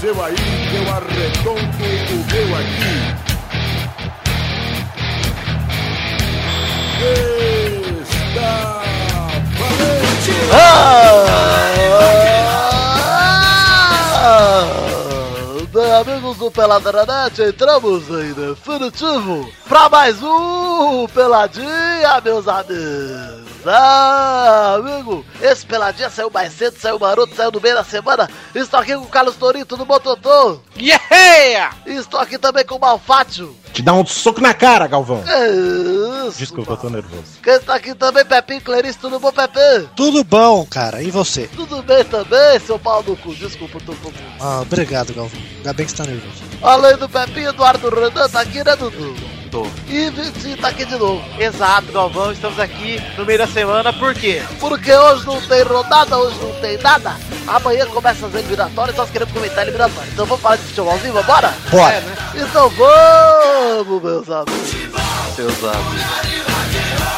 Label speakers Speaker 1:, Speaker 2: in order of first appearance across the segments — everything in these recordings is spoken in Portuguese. Speaker 1: seu aí, eu arredonto o meu aqui. Está valente!
Speaker 2: Ah, é, Bem, Ah, amigos do Peladranet, entramos em definitivo pra mais um Peladinha, meus amigos. Ah, amigo, esse Peladinha saiu mais cedo, saiu maroto, saiu no meio da semana. Estou aqui com o Carlos Torinho, tudo bom, Totô?
Speaker 3: Yeah!
Speaker 2: E estou aqui também com o Malfátio.
Speaker 4: Te dá um soco na cara, Galvão.
Speaker 2: É isso,
Speaker 4: Desculpa, eu tô nervoso.
Speaker 2: Quem está aqui também, Pepinho Clarice, tudo bom, Pepe?
Speaker 3: Tudo bom, cara. E você?
Speaker 2: Tudo bem também, seu pau no cu, desculpa, eu tô com...
Speaker 3: Ah, obrigado, Galvão. Ainda bem que você tá nervoso.
Speaker 2: Além do Pepinho, Eduardo Renan tá aqui, né, Dudu?
Speaker 5: Tô.
Speaker 2: E Vitinho tá aqui de novo.
Speaker 5: Exato, Galvão, estamos aqui no meio da semana, por quê?
Speaker 2: Porque hoje não tem rodada, hoje não tem nada. Amanhã começa as eliminatórias, nós queremos comentar a eliminatória. Então vamos falar de futebolzinho, vambora?
Speaker 3: Bora.
Speaker 2: Então vamos, meus amigos.
Speaker 5: Seus amigos.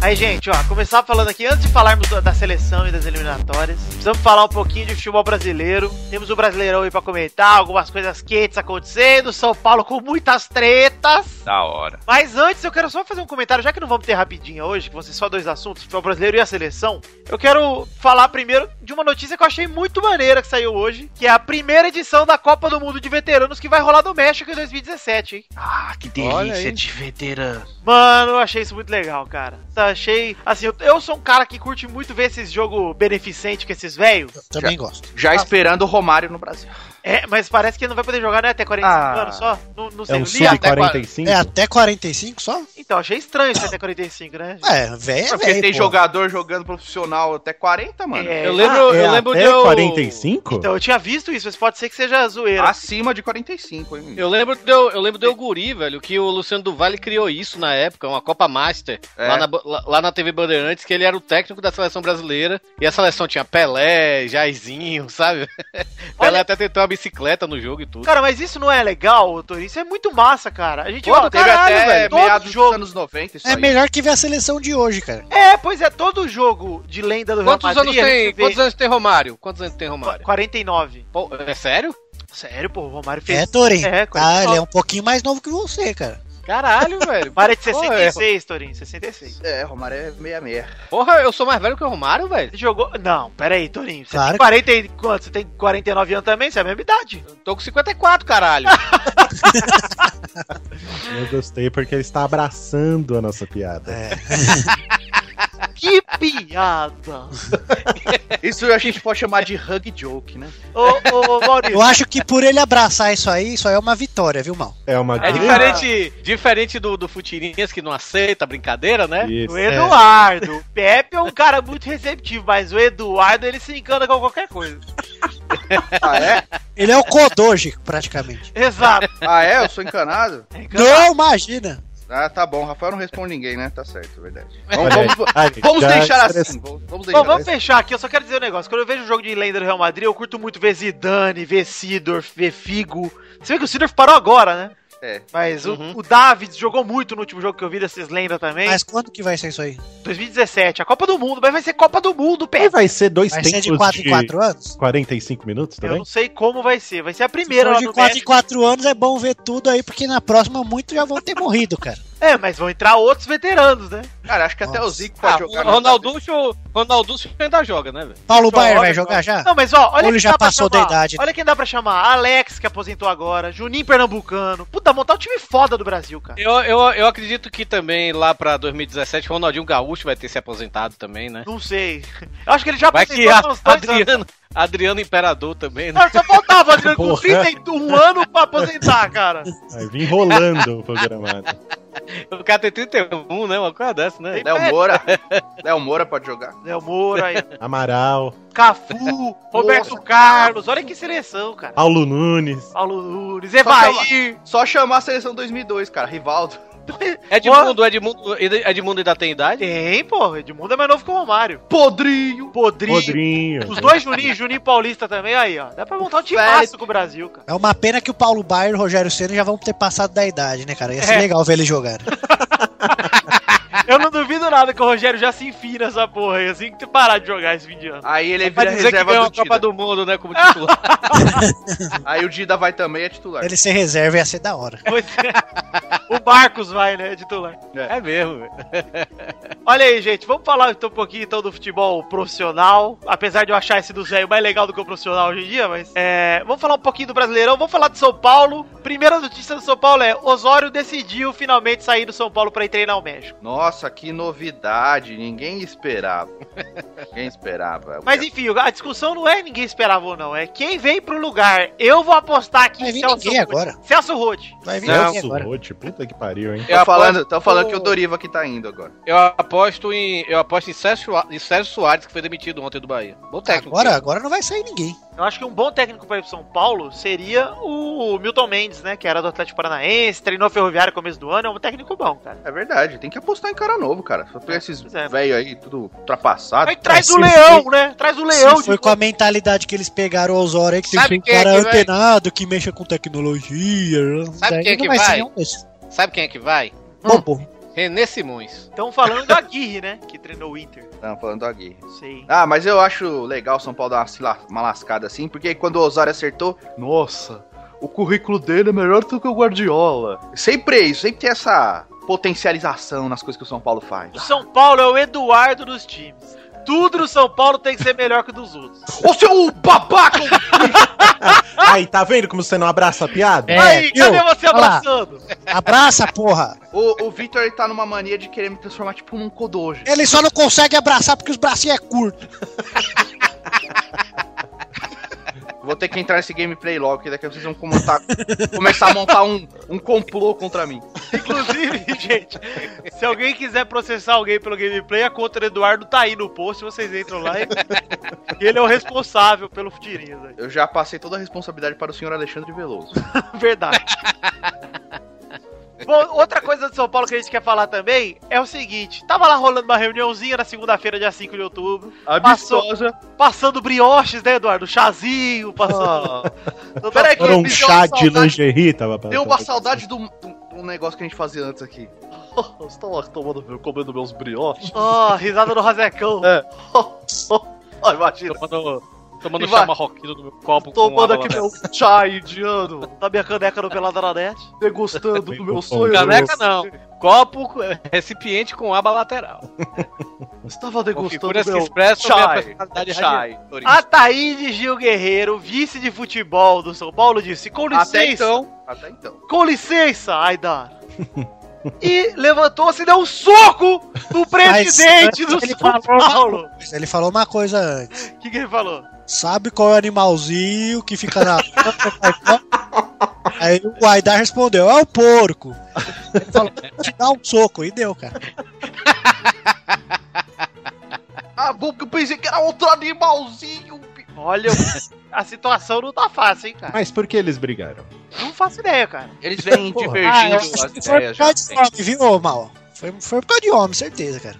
Speaker 5: Aí, gente, ó, começar falando aqui, antes de falarmos da da seleção e das eliminatórias, precisamos falar um pouquinho de futebol brasileiro. Temos o Brasileirão aí pra comentar, algumas coisas quentes acontecendo, São Paulo com muitas tretas.
Speaker 6: Da hora.
Speaker 5: Mas antes, eu quero só fazer um comentário, já que não vamos ter rapidinha hoje, que vão ser só dois assuntos, futebol brasileiro e a seleção. Eu quero falar primeiro de uma notícia que eu achei muito maneira que saiu hoje, que é a primeira edição da Copa do Mundo de Veteranos que vai rolar no México em 2017, hein?
Speaker 6: Ah, que delícia de veterano.
Speaker 5: Mano, eu achei isso muito legal, cara. Achei, assim, eu, eu sou um cara que curte muito ver esses jogo beneficente com esses velhos.
Speaker 3: Eu também gosto.
Speaker 6: Já esperando o Romário no Brasil.
Speaker 5: É, mas parece que ele não vai poder jogar, né? Até 45
Speaker 6: Ah.
Speaker 5: anos só. Não, não
Speaker 4: É
Speaker 5: sei,
Speaker 4: um
Speaker 5: eu li até-
Speaker 4: sub-45?
Speaker 3: É até 45 só?
Speaker 5: Então, achei estranho isso até 45, né?
Speaker 3: É, velho, é
Speaker 6: porque
Speaker 3: velho.
Speaker 6: tem
Speaker 3: pô.
Speaker 6: jogador jogando profissional até 40, mano.
Speaker 5: É.
Speaker 7: Eu lembro,
Speaker 4: É
Speaker 7: eu lembro de
Speaker 4: até
Speaker 7: eu,
Speaker 4: 45?
Speaker 5: Então, eu tinha visto isso, mas pode ser que seja zoeira.
Speaker 6: Acima de 45, hein?
Speaker 7: eu lembro de eu, eu lembro de eu guri, velho, que o Luciano Duvalli criou isso na época, uma Copa Master,
Speaker 6: É.
Speaker 7: lá, na, bo- lá- lá na TV Bandeirantes, que ele era o técnico da seleção brasileira, e a seleção tinha Pelé, Jairzinho, sabe? Pelé
Speaker 5: Olha-
Speaker 7: até tentou uma bicicleta no jogo e tudo.
Speaker 5: Cara, mas isso não é legal, Torinho? Isso é muito massa, cara. A gente
Speaker 6: Pô,
Speaker 5: ó,
Speaker 6: teve
Speaker 5: caralho,
Speaker 6: até
Speaker 5: velho, todo
Speaker 6: meados
Speaker 5: jogo.
Speaker 6: dos anos 90 isso
Speaker 3: É
Speaker 6: aí.
Speaker 3: melhor que ver a seleção de hoje, cara. Ah,
Speaker 5: É, pois é, todo jogo de lenda do
Speaker 7: Quantos
Speaker 5: Real
Speaker 7: anos
Speaker 5: Madrid...
Speaker 7: tem? Quantos anos tem Romário? Quantos anos tem Romário?
Speaker 5: 49.
Speaker 7: Pô, é sério?
Speaker 5: Sério, pô, o Romário fez...
Speaker 3: É, Torin.
Speaker 5: É,
Speaker 3: ah,
Speaker 5: 49.
Speaker 3: ele é um pouquinho mais novo que você, cara.
Speaker 7: Caralho, velho.
Speaker 5: Para de
Speaker 7: um Pô,
Speaker 5: 66, Torinho, 66.
Speaker 6: É, Romário é 66.
Speaker 7: Porra, eu sou mais velho que o Romário, velho.
Speaker 5: Ele jogou... Não, pera aí, Torinho. Você
Speaker 3: Claro
Speaker 5: tem
Speaker 3: que-
Speaker 5: 40 e quanto? Você tem 49 anos também? Você é a mesma idade.
Speaker 7: Eu Tô com 54, caralho.
Speaker 4: Eu gostei porque ele está abraçando a nossa piada.
Speaker 3: É.
Speaker 5: Que piada.
Speaker 6: Isso a gente pode chamar de hug joke, né?
Speaker 5: ô, ô, ô, Maurício.
Speaker 3: Eu acho que por ele abraçar isso aí, isso aí é uma vitória, viu, mal?
Speaker 4: É uma
Speaker 7: É diferente, diferente do, do Futirinhas, que não aceita brincadeira, né?
Speaker 4: Isso.
Speaker 5: O
Speaker 3: é.
Speaker 5: Eduardo. O Pepe é um cara muito receptivo, mas o Eduardo, ele se encana com qualquer coisa.
Speaker 6: Ah, é?
Speaker 3: Ele é o Kodoji, praticamente.
Speaker 5: Exato.
Speaker 6: Ah, é? Eu sou encanado?
Speaker 3: Não, imagina.
Speaker 6: Ah, tá bom. Rafael não responde ninguém, né? Tá certo, é verdade.
Speaker 4: Olha
Speaker 6: Vamos,
Speaker 4: aí.
Speaker 6: vamos-
Speaker 4: Ai,
Speaker 6: vamos
Speaker 4: já é
Speaker 6: deixar
Speaker 4: estress-
Speaker 6: assim. Vamos, vamos deixar
Speaker 5: Bom, vamos fechar aqui. Eu só quero dizer um negócio. Quando eu vejo o jogo de lenda do Real Madrid, eu curto muito ver Zidane, ver Sidorf, ver Figo. Você vê que o Sidorf parou agora, né?
Speaker 6: É.
Speaker 5: Mas o-
Speaker 7: Uhum.
Speaker 5: o, David jogou muito no último jogo que eu vi dessas lendas também.
Speaker 3: Mas quando que vai ser isso aí?
Speaker 5: 2017, a Copa do Mundo. Mas vai ser Copa do Mundo,
Speaker 4: Aí
Speaker 5: Pepe.
Speaker 4: vai ser dois
Speaker 3: Vai ser
Speaker 4: tempos
Speaker 3: de 4 em 4 anos?
Speaker 4: 45 minutos tá
Speaker 5: Eu
Speaker 4: também?
Speaker 5: não sei como vai ser. Vai ser a primeira
Speaker 3: Se
Speaker 5: lá
Speaker 3: for de
Speaker 5: no
Speaker 3: 4 em
Speaker 5: México.
Speaker 3: 4 anos é bom ver tudo aí, porque na próxima muitos já vão ter morrido, cara.
Speaker 5: É, mas vão entrar outros veteranos, né?
Speaker 6: Cara, acho que até o
Speaker 3: Nossa.
Speaker 6: Zico pode
Speaker 7: Ah,
Speaker 6: jogar.
Speaker 7: o Ronalducho, Ronalducho ainda joga, né, velho?
Speaker 3: Paulo Baier vai
Speaker 5: olha,
Speaker 3: jogar já?
Speaker 5: Não, mas ó,
Speaker 3: Ou ele
Speaker 5: olha quem
Speaker 3: Ah, já
Speaker 5: dá pra
Speaker 3: passou da
Speaker 5: chamar.
Speaker 3: idade?
Speaker 5: Olha quem dá pra chamar. Alex, que aposentou agora. Juninho Pernambucano. Puta, montar um time foda do Brasil, cara.
Speaker 7: Eu, eu, eu acredito que também lá pra 2017 o Ronaldinho Gaúcho vai ter se aposentado também, né?
Speaker 5: Não sei. Eu acho que ele já
Speaker 7: Vai que
Speaker 5: há
Speaker 7: a,
Speaker 5: uns dois anos.
Speaker 7: Adriano, Adriano Imperador também, né?
Speaker 5: Cara, só faltava Adriano com
Speaker 4: Porra.
Speaker 5: 31 anos pra aposentar, cara.
Speaker 4: Aí vim enrolando o programado.
Speaker 7: O cara tem 31, né? Uma coisa dessa, né?
Speaker 6: Léo Moura. Léo Moura pode jogar.
Speaker 5: Léo Moura, aí,
Speaker 4: Amaral,
Speaker 5: Cafu, Roberto Carlos. Olha que seleção, cara.
Speaker 4: Paulo Nunes.
Speaker 5: Paulo Nunes,
Speaker 6: Só
Speaker 5: Evair.
Speaker 3: é
Speaker 6: Só chamar a seleção 2002, cara. Rivaldo.
Speaker 7: Edmundo, Edmundo, Ed- Edmundo ainda tem idade?
Speaker 5: Tem, pô. Edmundo é mais novo que o Romário.
Speaker 6: Podrinho.
Speaker 5: Podrinho.
Speaker 4: Podrinho.
Speaker 5: Os dois Juninho, Juninho e Paulista também, aí, ó. Dá pra montar um timaço com o Brasil, cara.
Speaker 3: É uma pena que o Paulo Baier e o Rogério Senna já vão ter passado da idade, né, cara? Ia ser
Speaker 5: É.
Speaker 3: legal ver eles jogarem.
Speaker 5: Eu não duvido nada que o Rogério já se enfie nessa porra aí, assim que parar de jogar esse fim de ano.
Speaker 6: Aí ele
Speaker 7: Vai
Speaker 6: vira
Speaker 7: dizer que ganhou
Speaker 6: reserva
Speaker 7: a
Speaker 6: do Dida.
Speaker 7: Copa do Mundo, né? Como titular.
Speaker 6: Aí o Dida vai também, é titular.
Speaker 3: Ele ser reserva ia ser da hora.
Speaker 5: Pois é. o Marcos vai, né, titular.
Speaker 7: é mesmo, velho.
Speaker 5: Olha aí, gente, vamos falar então um pouquinho então do futebol profissional. Apesar de eu achar esse do Zé o mais legal do que o profissional hoje em dia, mas. É, vamos falar um pouquinho do Brasileirão, vamos falar de São Paulo. Primeira notícia do São Paulo é: Osório decidiu finalmente sair do São Paulo pra ir treinar o México.
Speaker 6: Nossa, que novidade. Ninguém esperava. Ninguém esperava.
Speaker 5: Mas enfim, a discussão não é ninguém esperava ou não, é quem vem pro lugar. Eu vou apostar aqui
Speaker 3: Vai vir é
Speaker 7: Então,
Speaker 3: ninguém
Speaker 5: Roth.
Speaker 3: agora.
Speaker 5: Celso Roth.
Speaker 3: Vai vir alguém
Speaker 4: Celso
Speaker 3: agora.
Speaker 4: Rotti, puta que pariu, hein?
Speaker 6: Tá falando, tô falando
Speaker 7: aposto-
Speaker 6: que o Doriva aqui tá indo agora.
Speaker 7: Eu aposto em, eu aposto em, Sérgio, Soa- em Sérgio Soares, que foi demitido ontem do Bahia. Bom técnico.
Speaker 3: Agora, agora não vai sair ninguém.
Speaker 5: Eu acho que um bom técnico pra ir pro São Paulo seria o Milton Mendes, né? Que era do Atlético Paranaense, treinou Ferroviário no começo do ano, é um técnico bom, cara.
Speaker 6: É verdade, tem que apostar em cara novo, cara. Só pegar esses
Speaker 5: Pois é.
Speaker 6: velhos velho aí, tudo ultrapassado.
Speaker 5: Aí traz
Speaker 3: Ah, se
Speaker 5: o leão, né? Traz o leão.
Speaker 3: Se foi
Speaker 5: de-
Speaker 3: com a mentalidade que eles pegaram o Osório aí, que tem que
Speaker 7: Sabe
Speaker 3: ser um
Speaker 7: quem é
Speaker 3: cara
Speaker 7: que vai?
Speaker 3: antenado, que mexa com tecnologia.
Speaker 7: Sabe
Speaker 3: daí
Speaker 7: quem é
Speaker 3: não
Speaker 7: que
Speaker 3: vai ser
Speaker 7: vai?
Speaker 3: nenhum desses.
Speaker 7: Sabe quem é que vai?
Speaker 3: Bom, pô,
Speaker 7: René Simões.
Speaker 5: Estão falando do Aguirre, né? Que treinou o Inter.
Speaker 6: Não, falando do Aguirre.
Speaker 5: Sei.
Speaker 6: Ah, mas eu acho legal o São Paulo dar uma, se la- uma lascada assim, porque quando o Osório acertou, nossa, o currículo dele é melhor do que o Guardiola. Sempre é isso, sempre tem essa potencialização nas coisas que o São Paulo faz.
Speaker 5: O São Paulo é o Eduardo dos times. Tudo no São Paulo tem que ser melhor que o dos outros.
Speaker 6: Ô seu babaca!
Speaker 4: Aí, tá vendo como você não abraça a piada?
Speaker 3: É,
Speaker 5: Aí,
Speaker 3: viu?
Speaker 5: cadê você
Speaker 3: Olha lá.
Speaker 5: abraçando?
Speaker 3: abraça, porra.
Speaker 6: o o Victor ele tá numa mania de querer me transformar tipo num codojo.
Speaker 3: Ele só não consegue abraçar porque os bracinhos é curto.
Speaker 6: Vou ter que entrar nesse gameplay logo, que daqui a vocês vão comentar- começar a montar um, um complô contra mim.
Speaker 5: Inclusive, gente, se alguém quiser processar alguém pelo gameplay, a conta do Eduardo tá aí no post, vocês entram lá e, e ele é o responsável pelo tirinhas. aí.
Speaker 6: Eu já passei toda a responsabilidade para o senhor Alexandre Veloso.
Speaker 5: Verdade. Bom, outra coisa do São Paulo que a gente quer falar também é o seguinte: tava lá rolando uma reuniãozinha na segunda-feira, dia 5 de outubro.
Speaker 6: Amistosa.
Speaker 5: Passando brioches, né, Eduardo? Chazinho, passando.
Speaker 6: Peraí que
Speaker 4: Era um
Speaker 6: me deu
Speaker 4: chá
Speaker 6: uma
Speaker 4: de
Speaker 6: saudade
Speaker 4: lingerie, tava
Speaker 6: Deu uma Então saudade do, do, do negócio que a gente fazia antes aqui. Eu estou lá tomando meu, comendo meus brioches.
Speaker 5: Ó, Oh, risada do Rosecão. Oh,
Speaker 6: É. Ó, imagina,
Speaker 7: Tomando, tomando
Speaker 6: E vai.
Speaker 7: chá marroquino do meu copo
Speaker 6: tomando aqui
Speaker 7: laranjada.
Speaker 6: meu chá indiano,
Speaker 5: Da minha caneca no Pelada na Net.
Speaker 6: degustando
Speaker 4: Bem
Speaker 6: do meu
Speaker 4: bom.
Speaker 6: sonho.
Speaker 7: Caneca não. Copo, é, recipiente com aba lateral.
Speaker 6: Estava
Speaker 7: Com
Speaker 6: degustando
Speaker 7: figuras que
Speaker 6: meu
Speaker 7: expressam minha
Speaker 6: chai.
Speaker 7: personalidade radiante.
Speaker 6: Chai.
Speaker 5: Ataíde Gil Guerreiro, vice de futebol do São Paulo, disse: com licença,
Speaker 6: Até então, até então.
Speaker 5: com licença, Aidar. e levantou-se e deu um soco no presidente do
Speaker 3: ele
Speaker 5: São Paulo.
Speaker 3: Mas Ele falou uma coisa antes.
Speaker 5: O que, que ele falou?
Speaker 3: Sabe qual é o animalzinho que fica na. Aí o Aidar respondeu: é o porco. Ele falou: te dá um soco. E deu, cara.
Speaker 6: Ah, bom, que eu pensei que era outro animalzinho.
Speaker 5: Olha, a situação não tá fácil, hein, cara.
Speaker 4: Mas por que eles brigaram?
Speaker 5: Não faço ideia, cara.
Speaker 6: Eles vêm
Speaker 3: Ah,
Speaker 4: Porra.
Speaker 3: eu
Speaker 6: divergindo
Speaker 3: acho
Speaker 6: as
Speaker 3: que foi por
Speaker 6: ideias
Speaker 3: causa
Speaker 6: já.
Speaker 3: de homem, viu, ô, Mal? Foi, foi por causa de homem, certeza, cara.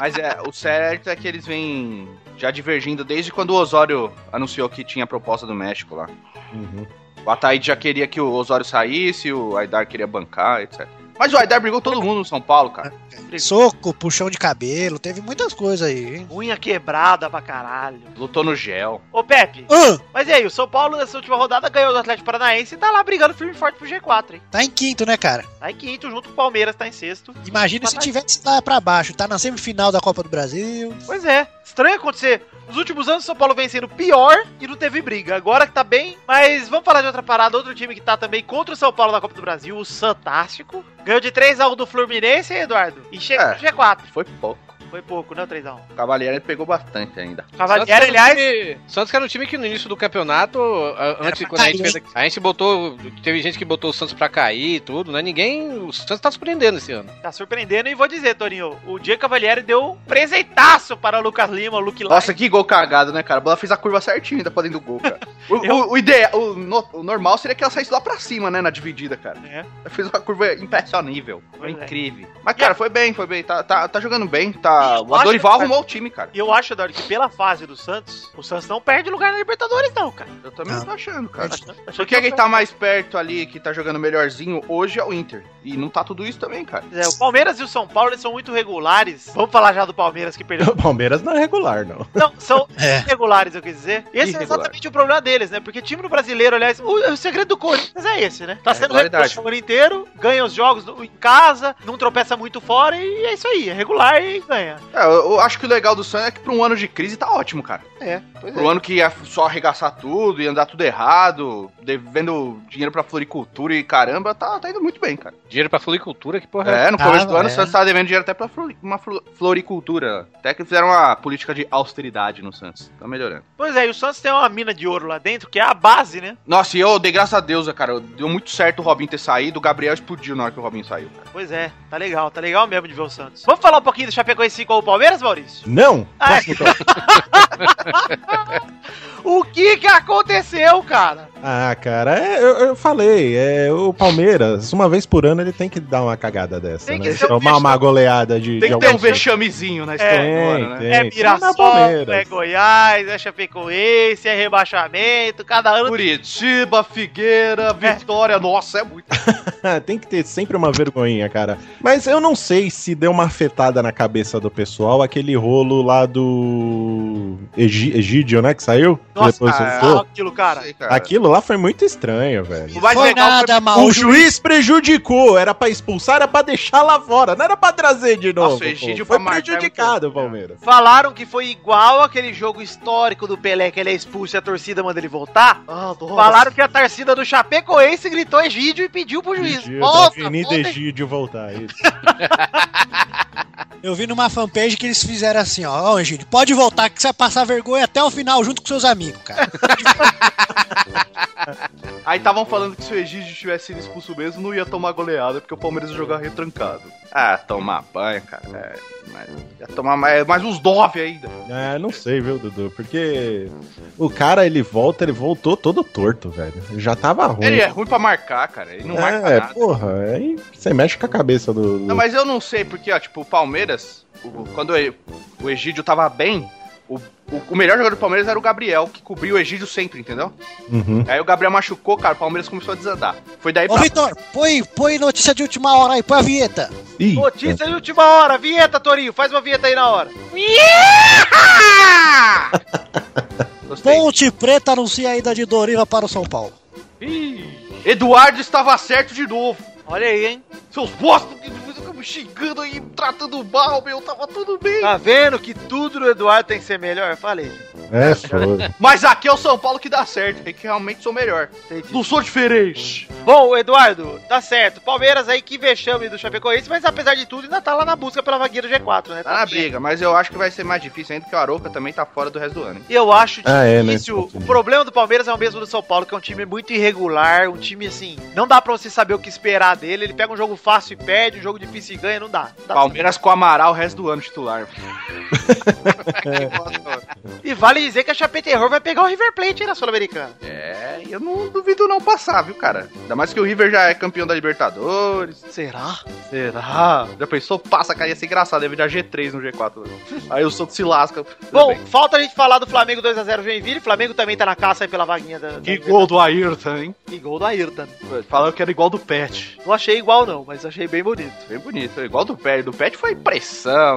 Speaker 6: Mas é, o certo é que eles vêm já divergindo desde quando o Osório anunciou que tinha a proposta do México lá.
Speaker 4: Uhum.
Speaker 6: O Ataíde já queria que o Osório saísse, o Aidar queria bancar, etc. Mas o Aidar brigou todo mundo no São Paulo, cara.
Speaker 3: Soco, puxão de cabelo, teve muitas coisas aí, hein?
Speaker 5: Unha quebrada pra caralho.
Speaker 6: Lutou no gel.
Speaker 5: Ô, Pepe,
Speaker 3: Ah,
Speaker 5: Mas e aí, o São Paulo nessa última rodada ganhou do Atlético Paranaense e tá lá brigando firme e forte pro G4, hein?
Speaker 3: tá em quinto, né, cara?
Speaker 5: Tá em quinto, junto com o Palmeiras, tá em sexto.
Speaker 3: Imagina se tivesse lá pra baixo, tá na semifinal da Copa do Brasil.
Speaker 5: Pois é, estranho acontecer. Nos últimos anos o São Paulo vem sendo pior e não teve briga. Agora que tá bem, mas vamos falar de outra parada, outro time que tá também contra o São Paulo na Copa do Brasil, um o Santástico. Ganhou de 3 a 1 do Fluminense, hein, Eduardo? E chega
Speaker 6: É.
Speaker 5: no G4.
Speaker 6: Foi pouco.
Speaker 5: Foi pouco, né, 3x1?
Speaker 6: O Cavalieri pegou bastante ainda.
Speaker 5: Cavalieri, aliás,
Speaker 7: Santos que era um time que no início do campeonato, a- antes, quando a gente fez. A gente botou. Teve gente que botou o Santos pra cair e tudo, né? Ninguém. O Santos tá surpreendendo esse ano.
Speaker 5: tá surpreendendo e vou dizer, Torinho, o dia Cavalieri deu um presentaço para Lucas Lima, Luke Lai.
Speaker 6: Nossa, que gol cagado, né, cara? A bola fez a curva certinha ainda pra dentro do gol, cara. O, o- o ideia, o, no- o normal seria que ela saísse lá pra cima, né, na dividida, cara.
Speaker 5: É.
Speaker 6: Ela fez uma curva impressionível. Foi
Speaker 5: Pois é.
Speaker 6: incrível. Mas, cara, foi bem, foi bem. Tá, tá, tá jogando bem. Tá... O
Speaker 5: acho
Speaker 6: Dorival
Speaker 5: que-
Speaker 6: arrumou o time, cara.
Speaker 5: E eu acho, Eduardo, que pela fase do Santos, o Santos não perde lugar na Libertadores, não, cara.
Speaker 6: Eu também
Speaker 3: Tá.
Speaker 6: tô achando, cara.
Speaker 5: Achou
Speaker 6: Porque quem tá mais perto ali, que tá jogando melhorzinho hoje é o Inter. E não tá tudo isso também, cara.
Speaker 5: É, o Palmeiras e o São Paulo eles são muito regulares. Vamos falar já do Palmeiras que perdeu.
Speaker 4: O Palmeiras não é regular, não.
Speaker 5: Não, são
Speaker 3: É.
Speaker 5: irregulares, eu quis dizer. E esse é
Speaker 6: Irregular.
Speaker 5: exatamente o problema deles, né? Porque time do brasileiro, aliás, o, o segredo do Corinthians é esse, né? Tá sendo
Speaker 6: regularidade.
Speaker 5: regular o ano inteiro, ganha os jogos do- em casa, não tropeça muito fora e é isso aí. É regular e ganha.
Speaker 6: É, eu, eu acho que o legal do Santos é que pra um ano de crise tá ótimo, cara.
Speaker 5: É, pois
Speaker 6: Pro ano que ia só arregaçar tudo, ia andar tudo errado, devendo dinheiro pra floricultura e caramba, tá, tá indo muito bem, cara.
Speaker 7: Dinheiro pra floricultura, que porra é.
Speaker 6: É, no começo do
Speaker 3: Ah,
Speaker 6: ano
Speaker 3: é.
Speaker 6: o Santos tava devendo dinheiro até pra flori- uma flo- floricultura. Até que fizeram uma política de austeridade no Santos. Tá melhorando.
Speaker 5: Pois é, e o Santos tem uma mina de ouro lá dentro, que é a base, né?
Speaker 6: Nossa, e eu dei graças a Deus, né, cara. Deu muito certo o Robin ter saído, o Gabriel explodiu na hora que o Robin saiu. Cara.
Speaker 5: Pois é, tá legal, tá legal mesmo de ver o Santos. Vamos falar um pouquinho do Chapecoense com o Palmeiras, Maurício?
Speaker 4: Não!
Speaker 5: Ah,
Speaker 4: Próximo tópico.
Speaker 5: O que que aconteceu, cara?
Speaker 4: Ah, cara, é, eu, eu falei, é, o Palmeiras, uma vez por ano, ele tem que dar uma cagada dessa,
Speaker 5: Tem que
Speaker 4: né?
Speaker 5: ser um
Speaker 4: Tomar uma goleada de,
Speaker 6: Tem
Speaker 4: de
Speaker 6: que ter um
Speaker 4: algum jeito.
Speaker 6: vexamezinho na história
Speaker 4: Tem,
Speaker 6: do ano, né?
Speaker 4: é tem.
Speaker 5: É
Speaker 4: Não é
Speaker 5: Mirassol,
Speaker 4: Palmeiras.
Speaker 5: é Goiás, é Chapecoense, é rebaixamento, cada ano
Speaker 6: Curitiba, Figueira, Vitória, nossa, é muito.
Speaker 4: Ah, Tem que ter sempre uma vergonhinha, cara. Mas eu não sei se deu uma afetada na cabeça do pessoal aquele rolo lá do Egi- Egídio, né? Que saiu? Que
Speaker 5: Nossa,
Speaker 4: depois
Speaker 6: ah,
Speaker 4: voltou.
Speaker 5: fala aquilo, cara.
Speaker 6: Sei, cara.
Speaker 4: Aquilo lá foi muito estranho, velho.
Speaker 6: O mais
Speaker 3: foi
Speaker 5: é
Speaker 6: legal
Speaker 3: nada, mal.
Speaker 4: Ah, O juiz prejudicou, era pra expulsar, era pra deixar lá fora, não era pra trazer de novo.
Speaker 6: Nossa, o Egídio
Speaker 4: pô. foi
Speaker 6: pra marcar é
Speaker 4: prejudicado o
Speaker 6: muito bom,
Speaker 4: Palmeiras.
Speaker 5: Falaram que foi igual aquele jogo histórico do Pelé, que ele é expulso e a torcida manda ele voltar. Falaram que a torcida do Chapecoense gritou Egídio e pediu pro juiz.
Speaker 4: Egídio,
Speaker 5: Volta,
Speaker 4: pra Avenida
Speaker 5: volta,
Speaker 4: então, Egídio voltar, isso.
Speaker 3: Eu vi numa fanpage que eles fizeram assim, ó, ó, gente, pode voltar que você vai passar vergonha até o final junto com seus amigos, cara.
Speaker 6: Aí estavam falando que se o Egídio tivesse sido expulso mesmo, não ia tomar goleada, porque o Palmeiras ia jogar retrancado. Ah, tomar banho, cara. É, mas ia tomar mais, mais uns nove ainda.
Speaker 4: Ah, não sei, viu, Dudu? Porque o cara, ele volta, ele voltou todo torto, velho. Já tava ruim.
Speaker 6: Ele é ruim pra marcar, cara. Ele não marca
Speaker 4: é,
Speaker 6: nada.
Speaker 4: porra, aí você mexe com a cabeça do. do-
Speaker 6: Não, mas eu não sei, porque, ó, tipo, o Palmeiras, o- quando e- o Egídio tava bem, o, o- o melhor jogador do Palmeiras era o Gabriel, que cobriu o Egídio sempre, entendeu?
Speaker 4: Uhum.
Speaker 6: Aí o Gabriel machucou, cara, o Palmeiras começou a desandar. Foi daí
Speaker 3: Ô,
Speaker 6: pra.
Speaker 3: Vitor, põe, põe notícia de última hora aí, põe a vinheta.
Speaker 4: Ih,
Speaker 5: Notícia de última hora, vinheta, Torinho, faz uma vinheta aí na hora.
Speaker 6: Gostei.
Speaker 3: Ponte Preta anuncia a ida de Doriva para o São Paulo.
Speaker 6: Eduardo estava certo de novo.
Speaker 5: Olha aí, hein?
Speaker 6: Seus bosta, que ficam me xingando aí, me tratando mal, meu, tava tudo bem.
Speaker 5: Tá vendo que tudo do Eduardo tem que ser melhor? Falei.
Speaker 4: é foda.
Speaker 6: Mas aqui é o São Paulo que dá certo, é que realmente sou melhor.
Speaker 5: Entendi.
Speaker 6: Não sou diferente.
Speaker 5: Bom, Eduardo, tá certo. Palmeiras aí que vexame do Chapecoense, mas apesar de tudo ainda tá lá na busca pela vagueira do G4, né?
Speaker 6: Tá na briga, mas eu acho que vai ser mais difícil ainda, porque o Arouca também tá fora do resto do ano. hein?
Speaker 5: E eu acho
Speaker 4: Ah, é, né?
Speaker 5: difícil. O problema do Palmeiras é o mesmo do São Paulo, que é um time muito irregular, um time assim, não dá pra você saber o que esperar dele. Ele pega um jogo fácil e perde, um jogo difícil e ganha, não dá. Não dá.
Speaker 6: Palmeiras com o Amaral o resto do ano titular.
Speaker 5: E vale dizer que a Chape Terror vai pegar o River Plate aí na Sul-Americana.
Speaker 6: É, eu não duvido não passar, viu, cara? Ainda mais que o River já é campeão da Libertadores.
Speaker 5: Será?
Speaker 6: Será? Já pensou? Passa, cara, ia ser engraçado, ia virar G3 no G4. Aí o Santos se lasca. Tudo
Speaker 5: Bom,
Speaker 6: bem.
Speaker 5: falta a gente falar do Flamengo 2x0 Joinville. O Flamengo também tá na caça aí pela vaguinha da.
Speaker 6: que
Speaker 5: da-
Speaker 6: gol do Ayrton, hein?
Speaker 5: Que gol do Ayrton.
Speaker 6: Falaram que era igual do Pet.
Speaker 5: Não achei igual, não, mas achei bem bonito.
Speaker 6: Bem bonito, é igual do Pet. Do Pet foi pressão.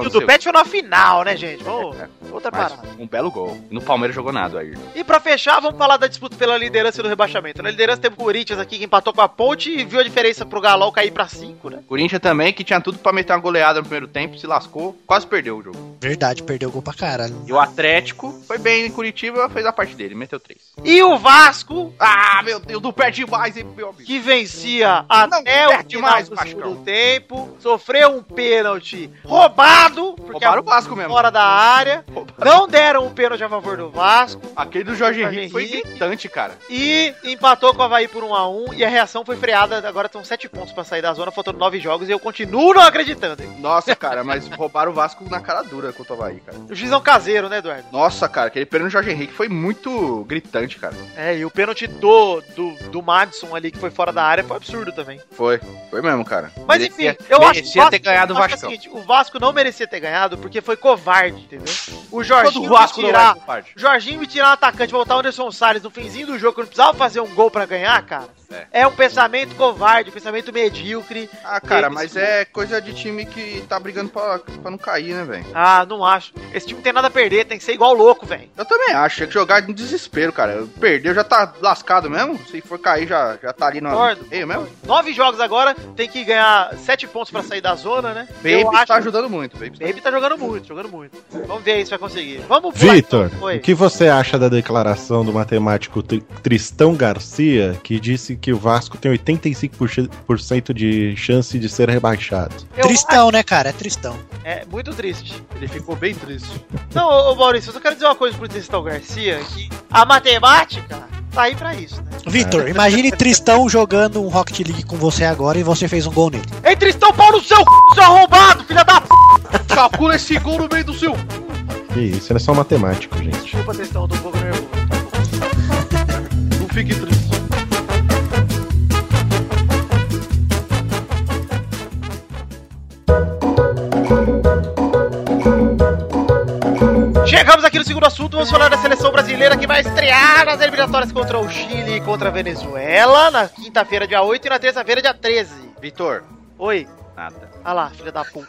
Speaker 5: E
Speaker 6: não
Speaker 5: o
Speaker 6: sei
Speaker 5: do Pet foi na final, né, gente? Vamos,
Speaker 6: É,
Speaker 5: outra
Speaker 6: Mas
Speaker 5: parada.
Speaker 6: um belo gol. E no Palmeiras jogou nada aí.
Speaker 5: E pra fechar, vamos falar da disputa pela liderança liderança e do rebaixamento. Na liderança temos o Corinthians aqui, que empatou com a ponte e viu a diferença pro Galol cair pra 5, né?
Speaker 6: Corinthians também, que tinha tudo pra meter uma goleada no primeiro tempo, se lascou, quase perdeu o jogo.
Speaker 3: Verdade, perdeu o gol pra caralho.
Speaker 6: E o Atlético foi bem em Curitiba, fez a parte dele, meteu três.
Speaker 5: E o Vasco,
Speaker 6: Ah, meu Deus, não perde mais, hein, meu amigo.
Speaker 5: que vencia até o
Speaker 6: perde
Speaker 5: final
Speaker 6: mais,
Speaker 5: do
Speaker 6: Vascão.
Speaker 5: segundo tempo, sofreu um pênalti roubado, porque
Speaker 6: Roubaram o Vasco mesmo.
Speaker 5: fora da área, não deram um pênalti a favor do Vasco,
Speaker 6: Aquele do Jorge
Speaker 5: Jorge
Speaker 6: Henrique foi
Speaker 5: Henrique.
Speaker 6: gritante, cara.
Speaker 5: E empatou com o Havaí por 1x1 e a reação foi freada. Agora estão 7 pontos pra sair da zona, faltando 9 jogos e eu continuo não acreditando. hein?
Speaker 6: Nossa, cara, mas roubaram o Vasco na cara dura contra o Havaí, cara.
Speaker 5: O juizão caseiro, né, Eduardo?
Speaker 6: Nossa, cara, aquele pênalti do Jorge Henrique foi muito gritante, cara.
Speaker 5: É, e o pênalti do, do, do Madison ali, que foi fora da área, foi absurdo também.
Speaker 6: Foi, foi mesmo, cara.
Speaker 5: Mas
Speaker 6: Merecia-
Speaker 5: enfim, eu acho
Speaker 6: merecia ter ganhado o
Speaker 5: acho que é
Speaker 6: Vascão.
Speaker 5: seguinte, o Vasco não merecia ter ganhado porque foi covarde, entendeu? O é.
Speaker 6: Todo
Speaker 5: Jorginho
Speaker 6: o Vasco
Speaker 5: me
Speaker 6: não
Speaker 5: tirar.
Speaker 6: vai parte.
Speaker 5: o Jorginho me tirar um atacante, voltar o Anderson Salles no finzinho do jogo, que não precisava fazer um gol pra ganhar, cara. É, um pensamento covarde, um pensamento medíocre.
Speaker 6: Ah, cara, mas é coisa de time que tá brigando pra, pra não cair, né, velho?
Speaker 5: Ah, não acho. Esse time tem nada a perder, tem que ser igual louco, velho.
Speaker 6: Eu também acho, tinha que jogar no desespero, cara. Perdeu, já tá lascado mesmo. Se for cair, já, já tá ali no
Speaker 5: Concordo.
Speaker 6: meio mesmo.
Speaker 5: Nove jogos agora, tem que ganhar sete pontos pra sair da zona, né? Eu
Speaker 6: Baby
Speaker 5: acho-
Speaker 6: tá ajudando muito, Baby.
Speaker 5: Baby tá jogando muito, jogando muito. Vamos ver aí se vai conseguir. Vamos pular,
Speaker 4: Vitor,
Speaker 5: então. Oi.
Speaker 4: o que você acha da declaração do matemático Tri- Tristão Garcia, que disse que o Vasco tem 85% de chance de ser rebaixado?
Speaker 5: Eu-
Speaker 3: Tristão, né, cara? É tristão.
Speaker 5: É muito triste.
Speaker 6: Ele ficou bem triste.
Speaker 5: Não, ô, ô Maurício, eu só quero dizer uma coisa pro Tristão Garcia, que a matemática tá aí pra isso, né?
Speaker 3: Vitor, imagine Tristão jogando um Rocket League com você agora e você fez um gol nele.
Speaker 5: Ei, Tristão, pau no seu c****, seu arrombado, filha da p****!
Speaker 6: Calcula esse gol no meio do seu.
Speaker 4: Que isso, ele é só matemático, gente.
Speaker 5: Desculpa, Tristão, eu tô um pouco nervoso.
Speaker 6: Não fique triste.
Speaker 5: Chegamos aqui no segundo assunto, vamos falar da seleção brasileira que vai estrear nas eliminatórias contra o Chile e contra a Venezuela na quinta-feira, dia 8, e na terça-feira, dia 13.
Speaker 6: Vitor,
Speaker 5: Oi,
Speaker 6: nada.
Speaker 5: ah lá, filha da puta.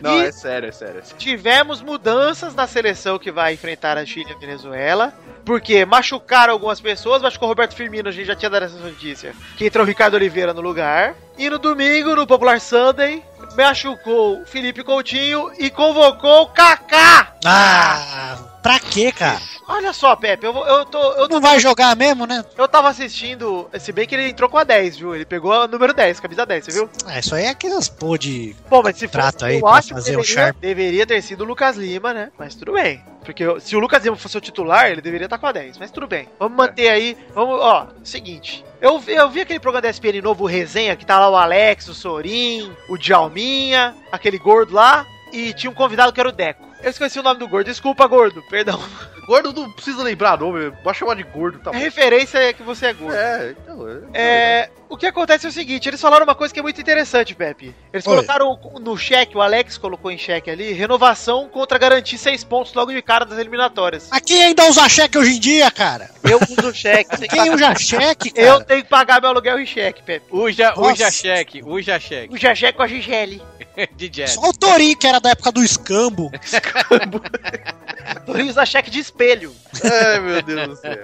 Speaker 6: Não,
Speaker 5: E-
Speaker 6: é sério, é sério. É sério.
Speaker 5: Tivemos mudanças na seleção que vai enfrentar a Chile e a Venezuela. Porque machucaram algumas pessoas, machucou o Roberto Firmino, a gente já tinha dado essa notícia. Que entrou o Ricardo Oliveira no lugar. E no domingo, no Popular Sunday, machucou o Felipe Coutinho e convocou o Kaká.
Speaker 3: Ah, pra quê, cara?
Speaker 5: Olha só, Pepe, eu, vou- eu tô. Eu tô
Speaker 3: Não vai jogar mesmo, né?
Speaker 5: Eu tava assistindo, se bem que ele entrou com a 10, viu? Ele pegou a número 10, camisa 10, você viu?
Speaker 3: Ah, isso aí é aquelas pô de.
Speaker 5: Bom, mas se
Speaker 3: Trato aí
Speaker 5: eu
Speaker 3: pra
Speaker 5: acho que
Speaker 3: fazer o
Speaker 5: deveria,
Speaker 3: Sharp.
Speaker 5: deveria ter sido o Lucas Lima, né? Mas tudo bem. Porque eu- se o Lucas Lima fosse o titular, ele deveria estar com a 10, mas tudo bem. Vamos
Speaker 3: É.
Speaker 5: manter aí, vamos, ó, seguinte. Eu, vi- eu vi aquele programa da SPN novo, o Resenha, que tá lá o Alex, o Sorin, o Djalminha, aquele gordo lá, e tinha um convidado que era o Deco. Eu esqueci o nome do gordo, desculpa, gordo, perdão.
Speaker 6: Gordo não precisa lembrar nome, pode chamar de gordo, tá
Speaker 5: A
Speaker 6: bom.
Speaker 5: referência é que você é gordo.
Speaker 6: É, então. É,
Speaker 5: É, o que acontece é o seguinte, eles falaram uma coisa que é muito interessante, Pepe. Eles
Speaker 3: Oi.
Speaker 5: colocaram no cheque, o Alex colocou em cheque ali, renovação contra garantir seis pontos logo de cara das eliminatórias.
Speaker 3: Ah, quem ainda usa cheque hoje em dia, cara?
Speaker 5: Eu uso cheque, eu tenho que
Speaker 3: Quem
Speaker 5: pagar,
Speaker 3: usa cheque, cara?
Speaker 5: eu tenho que pagar meu aluguel em cheque, Pepe.
Speaker 7: Uja,
Speaker 3: Nossa.
Speaker 7: uja cheque, uja cheque.
Speaker 5: O Jajé com a Gigeli.
Speaker 7: De Jack.
Speaker 3: Só o Torinho, que era da época do escambo.
Speaker 5: Ele usa cheque de espelho.
Speaker 6: Ai, meu Deus do céu.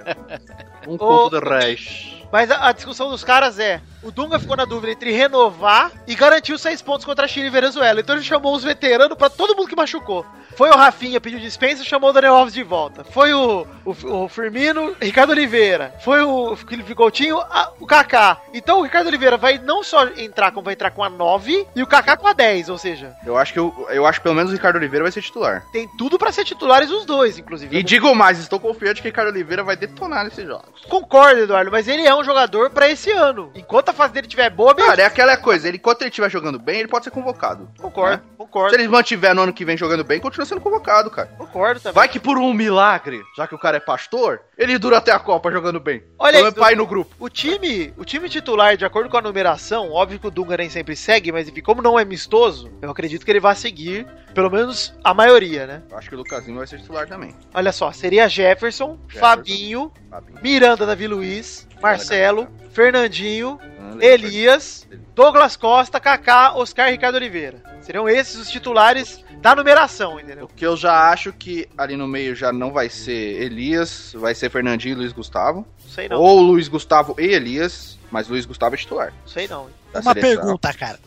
Speaker 6: Um ponto de reis.
Speaker 5: Mas a, a discussão dos caras é, o Dunga ficou na dúvida entre renovar e garantir os seis pontos contra a Chile e Venezuela. Então ele chamou os veteranos pra todo mundo que machucou. Foi o Rafinha, pediu dispensa, chamou o Daniel Alves de volta. Foi o, o, o Firmino, Ricardo Oliveira. Foi o Felipe Coutinho, a- o Kaká. Então o Ricardo Oliveira vai não só entrar, como vai entrar com a 9 e o Kaká com a 10, ou seja,
Speaker 6: Eu acho que eu, eu acho que pelo menos o Ricardo Oliveira vai ser titular.
Speaker 5: tem tudo pra ser titulares os dois, inclusive.
Speaker 6: E digo mais, estou confiante que Ricardo Oliveira vai detonar nesses jogos.
Speaker 5: Concordo, Eduardo, mas ele é um jogador pra esse ano. Enquanto a fase dele estiver boa, beleza.
Speaker 6: Cara, é aquela coisa, ele, enquanto ele estiver jogando bem, ele pode ser convocado.
Speaker 5: Concordo,
Speaker 6: né? Se
Speaker 5: concordo,
Speaker 6: ele mantiver no ano que vem jogando bem, continua sendo convocado, cara.
Speaker 5: concordo também.
Speaker 6: Vai que por um milagre, já que o cara é pastor, ele dura até a Copa jogando bem.
Speaker 5: Olha
Speaker 6: Então
Speaker 5: isso.
Speaker 6: é pai no grupo.
Speaker 5: O time, o time titular, de acordo com a numeração, óbvio que o Dunga nem sempre segue, mas enfim, como não é amistoso, eu acredito que ele vai seguir, pelo menos a maioria, né?
Speaker 6: Eu acho que o Lucasinho vai ser titular também.
Speaker 5: Olha só, seria Jefferson,
Speaker 6: Jefferson.
Speaker 5: Fabinho,
Speaker 6: sabe?
Speaker 5: Miranda, Davi Luiz, Marcelo, Fernandinho,
Speaker 6: Ah, Leandro.
Speaker 5: Elias, Douglas Costa, Kaká, Oscar e Ricardo Oliveira. Seriam esses os titulares da numeração, entendeu?
Speaker 6: O que eu já acho que ali no meio já não vai ser Elias, vai ser Fernandinho e Luiz Gustavo.
Speaker 5: Não sei não,
Speaker 6: Ou Luiz Gustavo e Elias, mas Luiz Gustavo é titular.
Speaker 5: não sei não.
Speaker 6: da
Speaker 3: Uma
Speaker 6: seleção.
Speaker 3: pergunta, cara.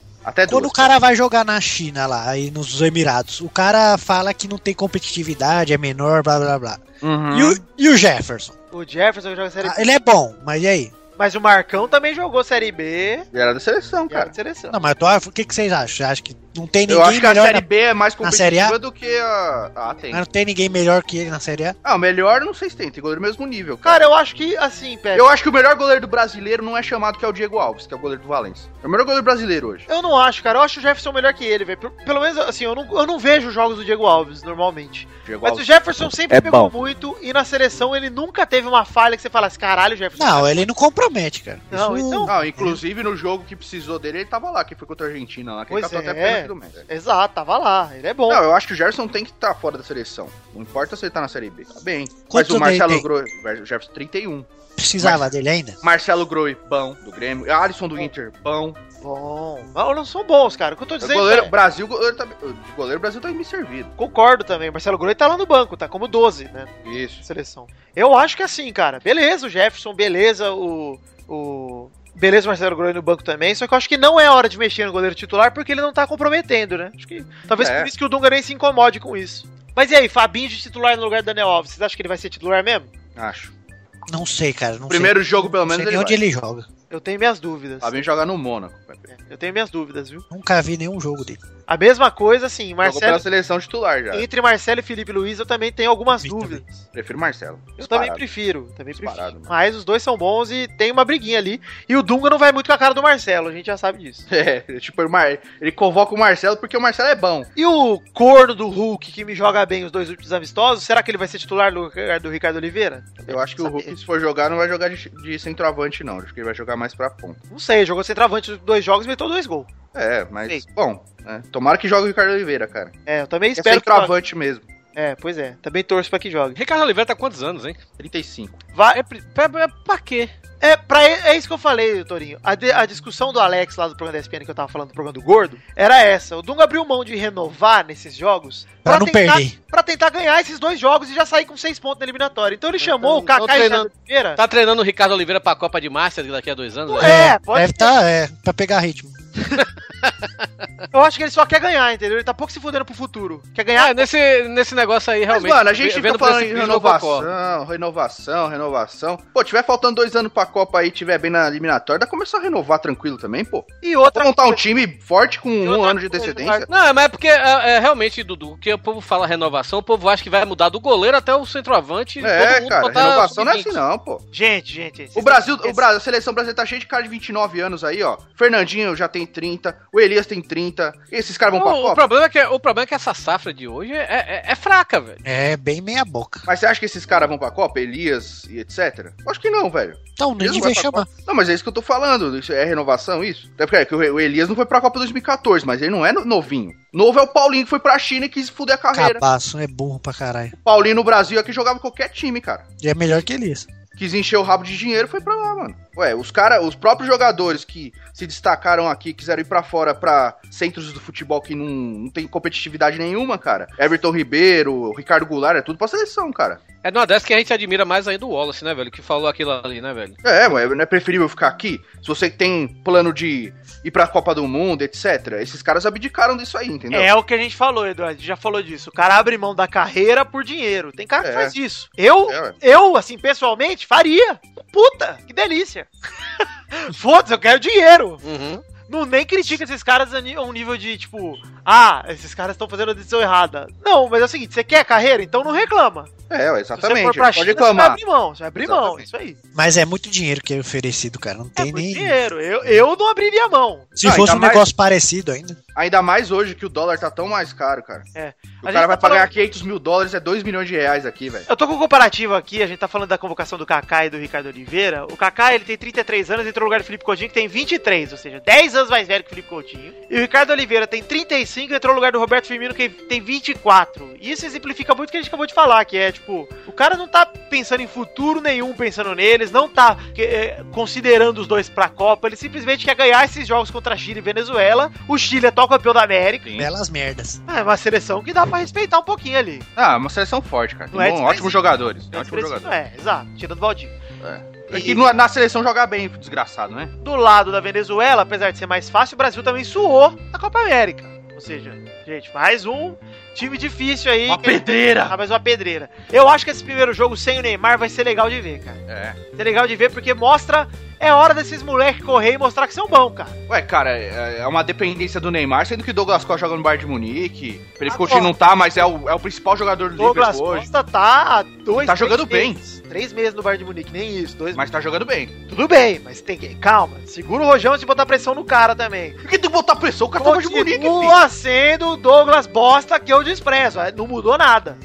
Speaker 3: Quando
Speaker 6: Até É duas. né?
Speaker 3: o cara vai jogar na China lá, aí nos Emirados, o cara fala que não tem competitividade, é menor, blá blá blá.
Speaker 6: Uhum.
Speaker 3: E, o, e o Jefferson?
Speaker 5: O Jefferson que joga Série
Speaker 3: Ah,
Speaker 5: B.
Speaker 3: Ele é bom, mas e aí?
Speaker 5: Mas o Marcão também jogou Série B
Speaker 6: Ele era da seleção,
Speaker 5: e era
Speaker 6: cara.
Speaker 5: de seleção.
Speaker 3: Não, mas eu tô- ah, o que, que vocês acham? Vocês acham que não tem
Speaker 6: Eu acho
Speaker 3: ninguém
Speaker 6: que a
Speaker 3: melhor
Speaker 6: Série
Speaker 3: na,
Speaker 6: B é mais
Speaker 3: na Série
Speaker 6: competitiva do que a... Ah, tem.
Speaker 3: mas não tem ninguém melhor que ele na Série A?
Speaker 6: Ah, o melhor não sei se tem, tem goleiro do mesmo nível, cara.
Speaker 5: Cara, eu acho que assim, Pepe, eu...
Speaker 6: Eu acho que o melhor goleiro do brasileiro não é chamado que é o Diego Alves, que é o goleiro do Valência. É o melhor goleiro brasileiro hoje.
Speaker 5: não acho, cara. Eu acho o Jefferson melhor que ele, velho. Pelo- Pelo menos, assim, eu não, eu não vejo os jogos do Diego Alves normalmente.
Speaker 6: Diego
Speaker 5: Mas o
Speaker 6: Alves.
Speaker 5: Jefferson sempre
Speaker 4: É
Speaker 5: pegou muito e na seleção ele nunca teve uma falha que você falasse, caralho, Jefferson.
Speaker 3: Não, ele não compromete, cara.
Speaker 5: Não,
Speaker 3: Isso-
Speaker 5: então-
Speaker 6: Não, inclusive no jogo que precisou dele, ele tava lá, que foi contra a Argentina lá, que
Speaker 5: Pois
Speaker 6: ele catou
Speaker 5: é.
Speaker 6: até a pênalti do Messi.
Speaker 5: Exato, tava lá. Ele é bom.
Speaker 6: Não, eu acho que o Gerson tem que estar fora da seleção. Não importa se ele tá na Série B. Tá bem. Mas
Speaker 3: Quantos
Speaker 6: o Marcelo
Speaker 3: tem?
Speaker 6: Groi. O Gerson 31.
Speaker 3: Precisava dele ainda?
Speaker 6: Marcelo Groi, bom, do Grêmio. Alisson do Inter, bom.
Speaker 5: Bom. Mas não são bons, cara. O que eu tô dizendo
Speaker 6: Goleiro,
Speaker 5: é-
Speaker 6: Brasil, goleiro tá, de goleiro, Brasil tá bem servido.
Speaker 5: Concordo também. Marcelo Groi tá lá no banco, tá como 12, né?
Speaker 6: Isso.
Speaker 5: Seleção. Eu acho que assim, cara. Beleza, o Jefferson, beleza, o. o... Beleza, o Marcelo Groi no banco também, só que eu acho que não é hora de mexer no goleiro titular porque ele não tá comprometendo, né? Acho que talvez
Speaker 6: É.
Speaker 5: por isso que o Dunga nem se incomode com isso. Mas e aí, Fabinho de titular no lugar do Daniel Alves, vocês acham que ele vai ser titular mesmo?
Speaker 6: Acho.
Speaker 3: Não sei, cara. Não
Speaker 6: Primeiro jogo,
Speaker 3: sei,
Speaker 6: pelo
Speaker 3: não
Speaker 6: menos,
Speaker 3: sei
Speaker 6: ele
Speaker 3: nem
Speaker 6: vai.
Speaker 3: onde ele joga.
Speaker 5: Eu tenho minhas dúvidas.
Speaker 6: Tá bem jogar no Mônaco. Pepe.
Speaker 5: É, Eu tenho minhas dúvidas, viu?
Speaker 3: Nunca vi nenhum jogo dele.
Speaker 5: A mesma coisa, assim,
Speaker 6: Jogou pela
Speaker 5: Marcelo.
Speaker 6: seleção titular já.
Speaker 5: Entre Marcelo e Felipe Luiz, eu também tenho algumas
Speaker 3: Eu também.
Speaker 5: dúvidas.
Speaker 6: Prefiro Marcelo.
Speaker 5: Eu também
Speaker 6: Disparado.
Speaker 5: prefiro, também prefiro.
Speaker 6: Disparado, né?
Speaker 5: Mas os dois são bons e tem uma briguinha ali. E o Dunga não vai muito com a cara do Marcelo, a gente já sabe disso.
Speaker 6: É, tipo, o Mar- ele convoca o Marcelo porque o Marcelo é bom.
Speaker 5: E o corno do Hulk, que me joga bem os dois últimos amistosos, será que ele vai ser titular do, do Ricardo Oliveira?
Speaker 6: Eu acho que o
Speaker 5: Saber.
Speaker 6: Hulk, se for jogar, não vai jogar de, de centroavante, não. Acho que ele vai jogar mais pra ponta.
Speaker 5: Não sei, jogou centroavante nos dois jogos e meteu dois gols.
Speaker 6: É, mas,
Speaker 5: Sei.
Speaker 6: bom, né? tomara que jogue o Ricardo Oliveira, cara.
Speaker 5: É, eu também
Speaker 6: É
Speaker 5: espero que...
Speaker 6: centroavante mesmo.
Speaker 5: É, pois é, também torço pra que jogue.
Speaker 7: Ricardo Oliveira tá quantos anos, hein?
Speaker 6: 35.
Speaker 5: Vai,
Speaker 7: É, pri- pra, pra, pra quê?
Speaker 5: É, pra, e- é isso que eu falei, Torinho. A, de- a discussão do Alex lá do programa da ESPN que eu tava falando do programa do Gordo era essa. O Dunga abriu mão de renovar nesses jogos
Speaker 3: Pra não
Speaker 5: tentar,
Speaker 3: perder.
Speaker 5: pra tentar ganhar esses dois jogos e já sair com seis pontos na eliminatória. Então ele chamou
Speaker 7: então,
Speaker 5: o Kaká e
Speaker 7: então
Speaker 5: o
Speaker 7: treinando-
Speaker 5: Ricardo Oliveira.
Speaker 7: Tá treinando o Ricardo Oliveira pra Copa de Masters daqui a dois anos? né?
Speaker 5: É, pode
Speaker 3: Deve
Speaker 5: ser.
Speaker 3: tá, é, pra pegar ritmo.
Speaker 5: Eu acho que ele só quer ganhar, entendeu? Ele tá pouco se fudendo pro futuro. Quer ganhar?
Speaker 7: Ah,
Speaker 6: É, né?
Speaker 7: nesse, nesse negócio aí,
Speaker 6: Mas,
Speaker 7: realmente.
Speaker 6: mano, a gente
Speaker 7: vendo
Speaker 6: fica
Speaker 7: por esse
Speaker 6: falando em
Speaker 7: prisma, eu concordo.
Speaker 6: renovação, renovação, renovação. Pô, tiver faltando dois anos pra Copa aí, tiver bem na eliminatória, dá pra começar a renovar tranquilo também, pô.
Speaker 5: E
Speaker 6: Pra
Speaker 5: outra
Speaker 6: montar um time forte com um
Speaker 5: outra
Speaker 6: ano de
Speaker 5: coisa,
Speaker 6: antecedência.
Speaker 7: Não, mas é porque é, é, realmente, Dudu, o que o povo fala renovação, o povo acha que vai mudar do goleiro até o centroavante.
Speaker 6: É, cara, renovação não é assim não, pô.
Speaker 5: Gente, gente, gente.
Speaker 6: O
Speaker 5: vocês-
Speaker 6: Brasil, o
Speaker 5: esse-
Speaker 6: Brasil, a seleção brasileira tá cheia de cara de 29 anos aí, ó. Fernandinho já tem 30, o Elias tem 30. Esses caras vão pra
Speaker 7: O, o
Speaker 6: Copa.
Speaker 7: problema é que, o problema é que essa safra de hoje é, é- é fraca, velho.
Speaker 3: É bem meia boca.
Speaker 6: Mas você acha que esses caras vão pra Copa, Elias e etc? Eu Acho que não, velho.
Speaker 3: Então, nem
Speaker 6: Eles não
Speaker 3: devia
Speaker 6: vai pra
Speaker 3: chamar.
Speaker 6: Copa. Não, mas é isso que eu tô falando. Isso é renovação, isso? Até porque é que o o Elias não foi pra Copa 2014, mas ele não é no- novinho. Novo é o Paulinho que foi pra China e quis fuder a carreira.
Speaker 3: Cabaço, é burro pra caralho.
Speaker 6: O Paulinho no Brasil é que jogava qualquer time, cara.
Speaker 3: E é melhor que Elias.
Speaker 6: Quis encher o rabo de dinheiro e foi pra lá, mano. Ué, os cara, os próprios jogadores que se destacaram aqui, quiseram ir pra fora pra centros do futebol que não, não tem competitividade nenhuma, cara. Everton Ribeiro, Ricardo Goulart, é tudo pra seleção, cara.
Speaker 7: É numa dessas que a gente admira mais ainda o Wallace, né, velho? Que falou aquilo ali, né, velho?
Speaker 6: É, ué, não é preferível ficar aqui? Se você tem plano de ir pra Copa do Mundo, etc. Esses caras abdicaram disso aí, entendeu?
Speaker 5: É o que a gente falou, Eduardo. a gente Já falou disso. O cara abre mão da carreira por dinheiro. Tem cara que
Speaker 6: É.
Speaker 5: faz isso. Eu,
Speaker 6: É, ué.
Speaker 5: eu, assim, pessoalmente, faria. Puta, que delícia. Foda-se, eu quero dinheiro.
Speaker 7: Uhum.
Speaker 5: Não nem critica esses caras a ni- a um nível de, tipo, ah, esses caras estão fazendo a decisão errada. Não, mas é o seguinte, você quer carreira? Então não reclama.
Speaker 6: É, ué,
Speaker 5: Se
Speaker 6: exatamente.
Speaker 5: você for pra
Speaker 6: Pode
Speaker 5: China, você vai
Speaker 6: reclamar.
Speaker 5: abrir mão, você vai abrir mão,
Speaker 6: Exatamente.
Speaker 5: isso aí.
Speaker 3: Mas é muito dinheiro que é oferecido, cara. Não
Speaker 5: É
Speaker 3: tem
Speaker 5: muito
Speaker 3: nem.
Speaker 5: dinheiro, eu, eu não abriria mão.
Speaker 3: Se
Speaker 6: Não,
Speaker 3: fosse
Speaker 6: ainda
Speaker 3: um
Speaker 6: mais-
Speaker 3: negócio parecido ainda.
Speaker 6: Ainda mais hoje que o dólar tá tão mais caro, cara.
Speaker 5: É. A
Speaker 6: O
Speaker 5: gente
Speaker 6: cara vai
Speaker 5: tá
Speaker 6: pagar
Speaker 5: falando-
Speaker 6: 500 mil dólares, é 2 milhões de reais aqui, velho.
Speaker 5: Eu tô com um comparativo aqui, a gente tá falando da convocação do Kaká e do Ricardo Oliveira. O Kaká, ele tem 33 anos, entrou no lugar do Felipe Coutinho, que tem 23, ou seja, 10 anos mais velho que o Felipe Coutinho. E o Ricardo Oliveira tem 35 e entrou no lugar do Roberto Firmino, que tem 24. E isso exemplifica muito o que a gente acabou de falar, que é, tipo, o cara não tá pensando em futuro nenhum, pensando neles, não tá eh, considerando os dois pra Copa, ele simplesmente quer ganhar esses jogos contra Chile e Venezuela. O Chile é atual campeão da América.
Speaker 6: Sim.
Speaker 3: Belas merdas.
Speaker 5: É uma seleção que dá pra respeitar um pouquinho ali.
Speaker 6: Ah, é uma seleção forte, cara. Tem
Speaker 5: Não é
Speaker 6: bom-
Speaker 5: desprezível.
Speaker 6: ótimos jogadores. Tem ótimos
Speaker 5: Expressivo-
Speaker 6: jogadores.
Speaker 5: É, exato, tirando o Valdir.
Speaker 6: É que no- na seleção jogar bem, desgraçado, né?
Speaker 5: Do lado da Venezuela, apesar de ser mais fácil, o Brasil também suou na Copa América. Ou seja, gente, mais um time difícil aí.
Speaker 6: Uma
Speaker 5: que-
Speaker 6: pedreira!
Speaker 5: Ah, mais uma pedreira. Eu acho que esse primeiro jogo sem o Neymar vai ser legal de ver, cara.
Speaker 6: É.
Speaker 5: Vai ser legal de ver porque mostra. É hora desses moleques correr e mostrar que são bons, cara.
Speaker 6: Ué, cara, é é uma dependência do Neymar, sendo que Douglas Costa joga no Bayern de Munique. Felipe
Speaker 5: Agora.
Speaker 6: Coutinho não tá, mas é o, é o principal jogador do
Speaker 5: Ah, Douglas
Speaker 6: Liverpool hoje.
Speaker 5: Costa tá há dois
Speaker 6: Tá
Speaker 5: três
Speaker 6: jogando bem.
Speaker 5: meses. Três meses no Bayern de Munique, nem isso. Dois
Speaker 6: Mas tá jogando bem.
Speaker 5: Tudo bem, mas tem que. Calma, segura o rojão antes de botar pressão no cara também.
Speaker 6: Por que tem que botar pressão? O cara tá no Bayern de Munique, filho.
Speaker 5: Continua sendo o Douglas Bosta que eu desprezo. É, Não mudou nada.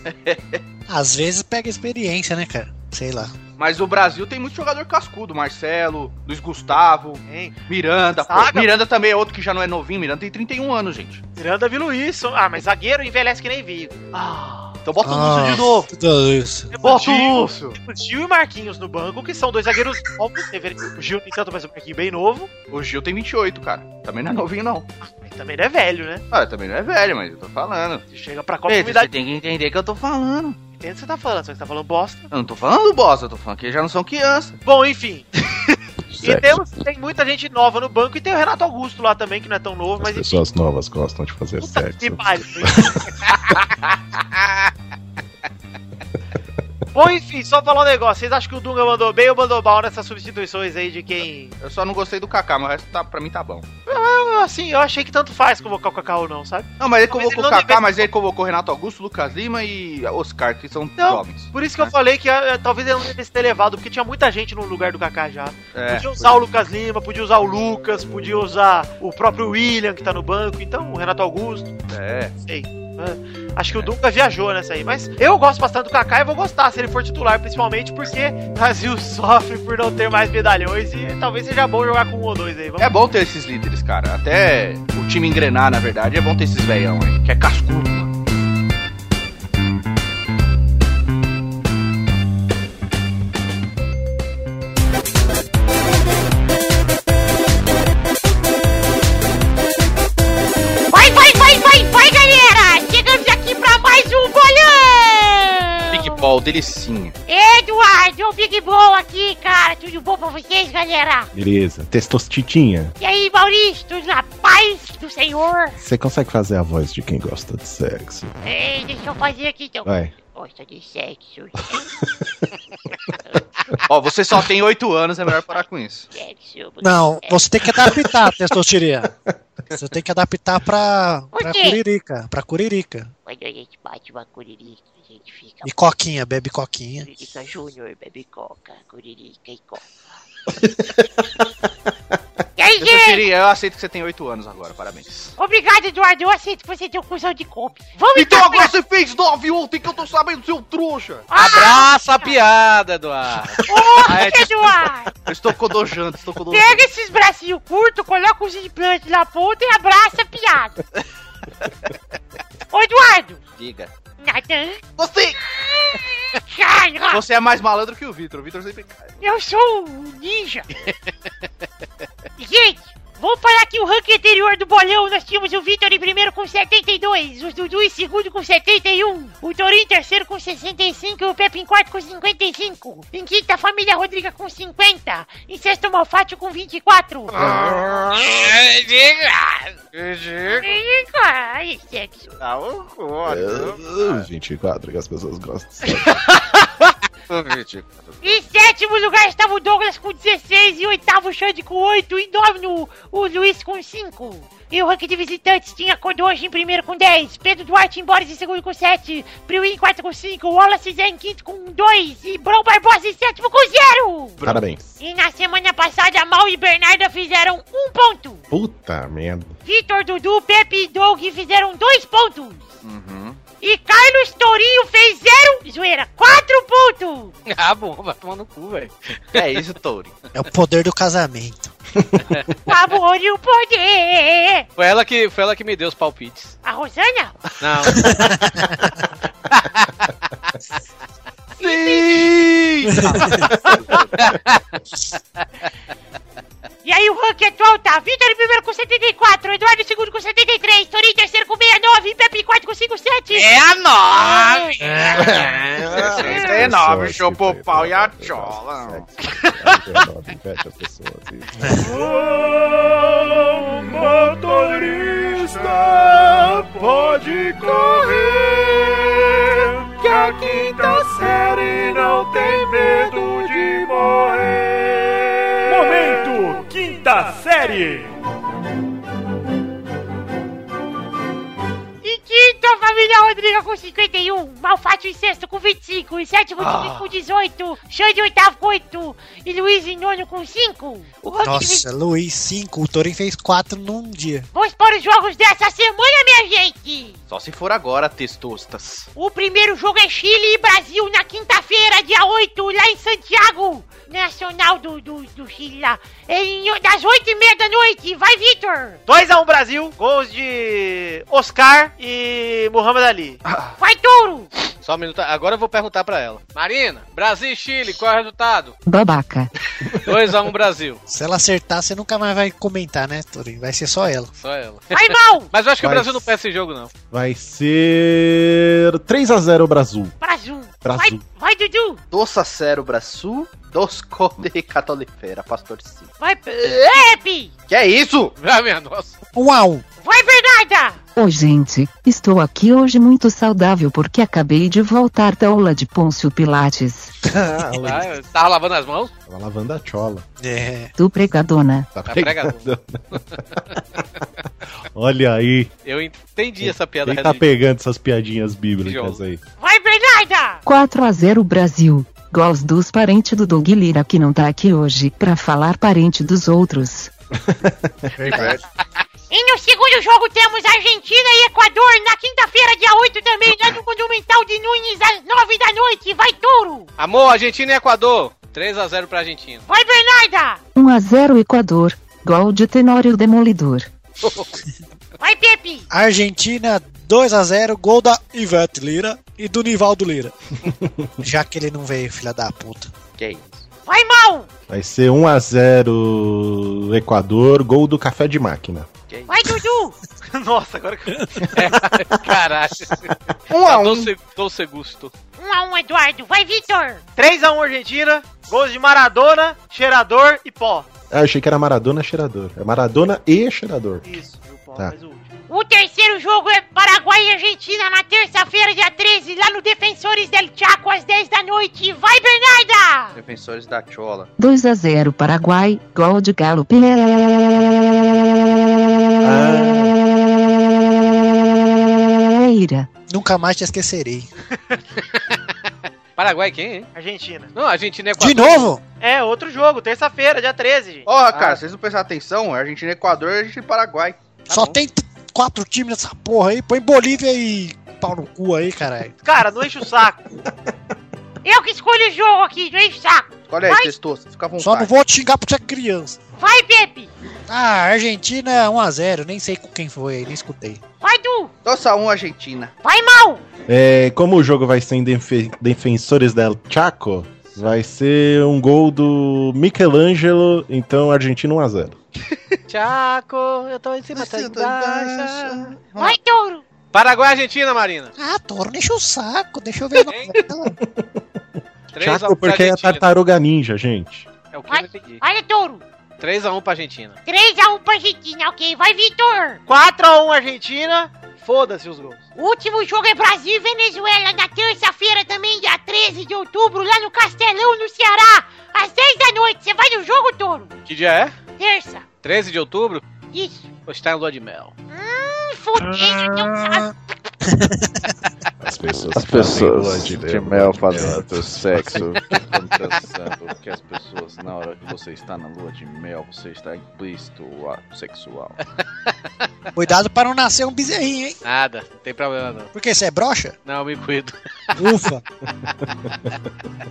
Speaker 3: Às vezes pega experiência, né, cara? Sei lá.
Speaker 6: Mas o Brasil tem muito jogador cascudo. Marcelo, Luiz Gustavo,
Speaker 5: Hein?
Speaker 6: Miranda. pô.
Speaker 5: Saga.
Speaker 6: Miranda também é outro que já não é novinho. Miranda tem 31 anos, gente.
Speaker 5: Miranda viu isso. Ah, mas zagueiro envelhece que nem vivo. Ah,
Speaker 6: Então bota o
Speaker 3: Ah,
Speaker 6: Lúcio de novo.
Speaker 3: Tudo isso.
Speaker 6: Bota
Speaker 5: Gil.
Speaker 6: o Lúcio.
Speaker 5: Gil e Marquinhos no banco, que são dois zagueiros novos. deveria- O Gil nem tanto, mas o Marquinhos bem novo.
Speaker 6: O Gil tem 28, cara. Também não é novinho, não.
Speaker 5: Mas também não é velho, né?
Speaker 6: Ah, também não é velho, mas eu tô falando.
Speaker 5: Você chega pra Copa com idade.
Speaker 6: tem que entender que eu tô falando.
Speaker 5: Entende o que você tá falando, só que você tá falando bosta.
Speaker 6: Eu não tô falando bosta, eu tô falando que eles já não são criança.
Speaker 5: Bom, enfim. E
Speaker 4: Sexo.
Speaker 5: temos, tem muita gente nova no banco e tem o Renato Augusto lá também, que não é tão novo,
Speaker 4: As
Speaker 5: mas enfim.
Speaker 4: pessoas novas gostam de fazer
Speaker 5: Puta que
Speaker 4: sexo.
Speaker 5: pariu. Bom, enfim, só falar um negócio. Vocês acham que o Dunga mandou bem ou mandou mal nessas substituições aí de quem.
Speaker 6: Eu só não gostei do Kaká, mas o resto tá, pra mim tá bom.
Speaker 5: Eu, assim, eu achei que tanto faz convocar o Kaká ou não, sabe?
Speaker 6: Não, mas ele
Speaker 5: Talvez
Speaker 6: convocou o
Speaker 5: ele não
Speaker 6: Kaká,
Speaker 5: devesse-
Speaker 6: mas ele convocou Renato Augusto, Lucas Lima e Oscar, que são
Speaker 5: Não.
Speaker 6: jovens.
Speaker 5: Por isso que eu falei que ah, talvez ele não devesse ter levado, porque tinha muita gente no lugar do Kaká já.
Speaker 6: É.
Speaker 5: podia usar o Lucas Lima, podia usar o Lucas, podia usar o próprio William que tá no banco, então o Renato Augusto,
Speaker 6: É.
Speaker 5: não sei. Ah, Acho que o Dunga viajou nessa aí, mas eu gosto bastante do Kaká e vou gostar se ele for titular, principalmente porque o Brasil sofre por não ter mais medalhões e talvez seja bom jogar com um ou dois aí. Vamos...
Speaker 6: É bom ter esses líderes, cara. Até o time engrenar, na verdade, é bom ter esses veião aí, que é cascudo. mano.
Speaker 8: Vai, vai, vai, vai, vai, galera! Chegamos aqui pra mais um bolão!
Speaker 6: Big Ball, delicinha.
Speaker 8: Eduardo, é o Big Ball aqui, cara. Tudo bom pra vocês, galera?
Speaker 4: Beleza. Testostitinha.
Speaker 8: E aí, Maurício, tudo na paz do Senhor?
Speaker 4: Você consegue fazer a voz de quem gosta de sexo?
Speaker 8: Ei, deixa eu fazer aqui, então.
Speaker 4: Vai.
Speaker 8: Gosta de sexo,
Speaker 6: Ó, você só tem 8 anos, é melhor parar com isso.
Speaker 8: sexo.
Speaker 3: Não,
Speaker 8: É.
Speaker 3: você tem que adaptar, testosteria. Você tem que adaptar pra, pra
Speaker 8: quê?
Speaker 3: curirica. Pra curirica.
Speaker 8: Quando a gente bate uma curirica, a gente fica...
Speaker 3: E coquinha, bebe coquinha.
Speaker 8: Curirica Júnior, bebe coca, curirica e coca. e aí,
Speaker 6: Eu,
Speaker 8: gente?
Speaker 6: sugeri, eu aceito que você tem 8 anos agora, parabéns.
Speaker 8: Obrigado, Eduardo. Eu aceito que você tenha um cuzão de Kombi. Vamos
Speaker 6: Então
Speaker 8: então,
Speaker 6: agora você fez 9 ontem que eu tô sabendo, seu trouxa!
Speaker 7: Ah! Abraça a piada, Eduardo.
Speaker 8: Ô,
Speaker 6: Ah, é,
Speaker 8: Eduardo.
Speaker 6: Eu estou codojando, estou codojando.
Speaker 8: Pega esses bracinhos curtos, coloca os implantes na ponta e abraça a piada. Ô, Eduardo.
Speaker 6: Diga.
Speaker 8: Natan.
Speaker 6: Você,
Speaker 8: Cara,
Speaker 6: você é mais malandro que o Vitor. O Vitor sempre cai.
Speaker 8: eu sou um ninja. Gente, vamos parar aqui o ranking anterior do bolão. Nós tínhamos o Vitor em primeiro com 72, o Dudu em segundo com 71, o Torinho em terceiro com 65 e o Pepe em quarto com 55. Em quinta, a família Rodriga com 50. Em sexto, o Malfátio com 24. Ai, sexo.
Speaker 5: Ah, ô, ô,
Speaker 4: É, 24 que as pessoas gostam de sexo.
Speaker 8: Em sétimo lugar estava o Douglas com 16, em oitavo o Xande com 8, em nono o Luiz com 5. E o ranking de visitantes tinha Kodoji em primeiro com 10, Pedro Duarte em Boris em segundo com 7, Priuí em quarto com 5, Wallace Zé em quinto com 2 e Bron Barbosa em sétimo com 0.
Speaker 4: Parabéns.
Speaker 8: E na semana passada, Mal e Bernarda fizeram um ponto.
Speaker 4: Puta merda.
Speaker 8: Vitor, Dudu, Pepe e Doug fizeram dois pontos.
Speaker 6: Uhum.
Speaker 8: E Carlos Tourinho fez zero, zoeira, quatro pontos.
Speaker 7: Ah, bom, vai tomar no cu, velho.
Speaker 6: É isso, Tori.
Speaker 3: É o poder do casamento.
Speaker 8: Amor e o poder.
Speaker 7: Foi ela que, foi ela que me deu os palpites.
Speaker 8: A Rosana?
Speaker 7: Não.
Speaker 8: E aí o ranking atual tá Vitor em primeiro com 74, Eduardo em segundo com 73, Torinho em terceiro com 69, e Pepe em quarto com 57.
Speaker 7: É a nove!
Speaker 6: É nove, chupou o pau e a
Speaker 4: é
Speaker 6: tchola.
Speaker 1: O motorista pode correr, que a quinta série não tem medo de morrer. Momento quinta série.
Speaker 8: Em quinto, a família Rodrigo com 51, Malfátio em sexto com 25, em sétimo Diniz com 18, Xande em oitavo com 8 e Luiz em nono com 5. O ranking de
Speaker 3: Nossa, Luiz 5, o Torin fez 4 num dia.
Speaker 8: Vamos para os jogos dessa semana, minha gente!
Speaker 6: Só se for agora, testostas.
Speaker 8: O primeiro jogo é Chile e Brasil na quinta-feira, dia 8, lá em Santiago, Nacional do, do, do Chile lá. Em, das 8 e meia da noite. Vai, Vitor!
Speaker 5: 2x1 Brasil, gols de Oscar e Muhammad Ali.
Speaker 8: Vai, Touro!
Speaker 7: Só um minuto, agora eu vou perguntar pra ela. Marina, Brasil e Chile, qual é o resultado?
Speaker 9: babaca,
Speaker 7: 2x1 Brasil.
Speaker 3: Se ela acertar, você nunca mais vai comentar, né, Torin? Vai ser só ela.
Speaker 7: Só ela.
Speaker 8: Vai, mal!
Speaker 7: Mas eu acho que o
Speaker 4: Mas-
Speaker 7: Brasil não perde esse jogo, não.
Speaker 4: Vai ser 3x0 Brasil.
Speaker 8: Brasil! Vai,
Speaker 4: Brasil.
Speaker 8: vai, Dudu!
Speaker 6: Doça Cero Braçu, Dosco de Catolifera, Pastor Sim.
Speaker 8: Vai, Pepe!
Speaker 6: Que é isso?
Speaker 7: Ah, minha nossa.
Speaker 3: 1 a 1
Speaker 8: Vai, Bernarda!
Speaker 9: Ô gente, estou aqui hoje muito saudável porque acabei de voltar da aula de Pôncio Pilates.
Speaker 4: Ah,
Speaker 7: Ah, tava lavando as mãos?
Speaker 4: Tava lavando a chola.
Speaker 3: É.
Speaker 9: Tu pregadona.
Speaker 4: Tá
Speaker 7: Tá
Speaker 4: pegando.
Speaker 7: pregado.
Speaker 4: Olha aí.
Speaker 7: Eu entendi essa piada
Speaker 4: Quem tá
Speaker 7: religiosa.
Speaker 4: pegando essas piadinhas bíblicas
Speaker 7: Idiota.
Speaker 4: aí?
Speaker 8: Vai, Bernarda!
Speaker 9: 4 a 0 Brasil. Gols dos parentes do Doug Lira que não tá aqui hoje pra falar parente dos outros.
Speaker 8: E no segundo jogo temos Argentina e Equador na quinta-feira, dia 8 também, lá no Monumental de Nunes, às 9 da noite. Vai, Touro!
Speaker 7: Amor, Argentina e Equador. 3x0 pra Argentina.
Speaker 8: Vai, Bernarda!
Speaker 9: 1 a 0 Equador. Gol de Tenório Demolidor.
Speaker 8: Vai, Pepe!
Speaker 3: Argentina 2 a 0 gol da Ivete Lira e do Nivaldo Lira. Já que ele não veio, filha da puta.
Speaker 6: Que é isso?
Speaker 8: Vai, mal!
Speaker 4: Vai ser 1x0 Equador, gol do café de máquina.
Speaker 8: Vai, Dudu!
Speaker 5: Nossa, agora que
Speaker 7: Caralho.
Speaker 6: Um a um.
Speaker 7: Doce, doce gusto.
Speaker 8: 1 a 1 Eduardo. Vai, Vitor.
Speaker 5: 3x1 Argentina, gols de Maradona, Cheirador e Pó.
Speaker 4: Ah, eu achei que era Maradona cheirador. É Maradona e cheirador.
Speaker 5: Isso, viu, Pó,
Speaker 4: Tá.
Speaker 5: faz o último.
Speaker 8: O terceiro jogo é Paraguai e Argentina na terça-feira, dia 13, lá no Defensores del Chaco, às 10 da noite. Vai, Bernarda!
Speaker 6: Defensores da Chola.
Speaker 9: 2 a 0 Paraguai. Gol de Galo. Pereira.
Speaker 3: Nunca mais te esquecerei.
Speaker 7: Paraguai quem, hein?
Speaker 5: Argentina.
Speaker 7: Não, Argentina e Equador.
Speaker 3: De novo?
Speaker 5: É, outro jogo, terça-feira, dia 13. gente.
Speaker 6: Ó, cara,
Speaker 7: Ah.
Speaker 6: vocês não prestam atenção? É Argentina e Equador e Argentina e Paraguai.
Speaker 3: Só
Speaker 7: Tá bom.
Speaker 3: tem t- quatro times nessa porra aí. Põe Bolívia e pau no cu aí, caralho.
Speaker 5: Ah, Cara, não enche o saco.
Speaker 8: Eu que escolho o jogo aqui, não enche o saco.
Speaker 6: Olha aí, testoso, fica à vontade.
Speaker 3: Só não vou te xingar porque você é criança.
Speaker 8: Vai, Pepe!
Speaker 3: Ah, Argentina 1x0. Nem sei com quem foi aí, nem escutei.
Speaker 8: Vai, Du!
Speaker 6: Nossa, um Argentina.
Speaker 8: Vai, Mal!
Speaker 4: É, como o jogo vai ser em defe- Defensores del Chaco, vai ser um gol do Michelangelo, então Argentina 1x0.
Speaker 7: Chaco, eu tô em cima, tá embaixo.
Speaker 6: Vamos lá.
Speaker 8: Vai, Touro!
Speaker 7: Paraguai e Argentina, Marina.
Speaker 3: Ah, Toro, deixa o saco. Deixa eu ver.
Speaker 7: Hein?
Speaker 3: Não,
Speaker 7: 3x1
Speaker 4: Chaco porque é tartaruga ninja, gente.
Speaker 7: É o que eu entendi.
Speaker 8: Olha, Touro!
Speaker 7: 3x1 pra Argentina.
Speaker 8: 3x1 pra Argentina, ok. Vai, Vitor!
Speaker 5: 4x1 Argentina, Foda-se os gols.
Speaker 8: O último jogo é Brasil e Venezuela na terça-feira também, dia 13 de outubro, lá no Castelão, no Ceará, às 10 da noite. Você vai no jogo, Toro?
Speaker 7: Que dia é?
Speaker 8: Terça.
Speaker 7: 13 de outubro?
Speaker 8: Isso.
Speaker 7: Vou estar em lua de mel.
Speaker 8: Hum, fudeu, não sabe.
Speaker 4: As pessoas,
Speaker 10: As pessoas de mel fazendo sexo, pensando que as pessoas, na hora que você está na lua de mel, você está implícito o ato sexual.
Speaker 3: Cuidado pra não nascer um bezerrinho, hein?
Speaker 7: Nada, não tem problema não.
Speaker 3: Porque você é broxa?
Speaker 7: Não, eu me cuido.
Speaker 3: Ufa.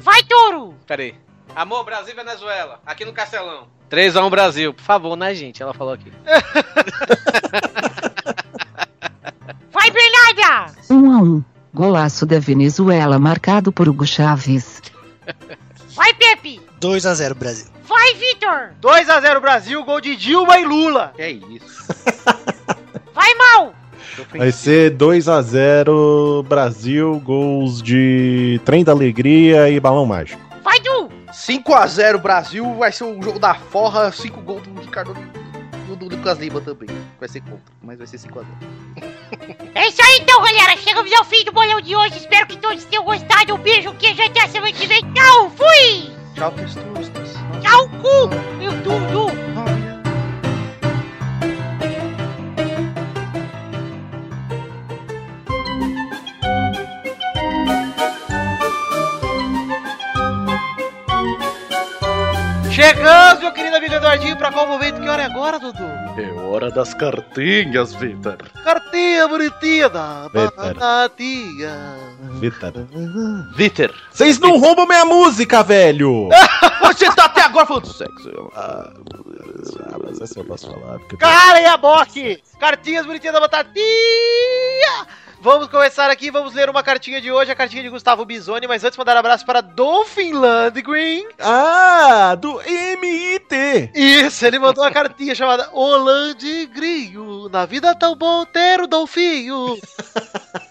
Speaker 8: Vai, Toro!
Speaker 7: Pera aí. Amor, Brasil e Venezuela, aqui no Castelão. 3x1 Brasil, por favor, né, gente? Ela falou aqui.
Speaker 8: Vai, Bernarda!
Speaker 9: 1 a 1. Golaço da Venezuela marcado por Hugo Chaves.
Speaker 8: Vai, Pepe!
Speaker 3: 2 a 0 Brasil.
Speaker 8: Vai, Vitor!
Speaker 5: 2x0 Brasil, gol de Dilma e Lula.
Speaker 6: Que é isso?
Speaker 8: Vai, Mal!
Speaker 4: Vai ser 2x0 Brasil, gols de Trem da Alegria e Balão Mágico.
Speaker 8: Vai, Du!
Speaker 6: 5x0 Brasil, vai ser o jogo da forra, 5 gols do Ricardo do, do Lucas Lima também. Vai ser contra, mas vai ser 5x0.
Speaker 8: É isso aí então, galera! Chegamos ao fim do bolão de hoje. Espero que todos tenham gostado. Um beijo, queijo até a semana que vem. Tchau, fui!
Speaker 6: Tchau, Testustas.
Speaker 8: Tchau, cu! Meu Du, Du!
Speaker 5: Chegamos, meu querido amigo Eduardinho, pra qual momento? Que hora é agora, Dudu?
Speaker 10: É hora das cartinhas, Vitor.
Speaker 5: Cartinha bonitinha da
Speaker 4: Better.
Speaker 5: batatinha.
Speaker 4: Vitor.
Speaker 10: Vitor,
Speaker 4: Vocês não roubam minha música, velho!
Speaker 6: Você está até agora falando sexo.
Speaker 4: Ah, mas essa eu posso falar. Porque eu tô-
Speaker 5: Cara e a boque! Cartinhas bonitinhas da batatinha! Vamos começar aqui, vamos ler uma cartinha de hoje, a cartinha de Gustavo Bisoni, mas antes mandar um abraço para Dolphin Landgreen.
Speaker 4: Ah, do MIT!
Speaker 5: Isso, ele mandou uma cartinha chamada Holandgrinho. Na vida tão bom ter o Dolfinho.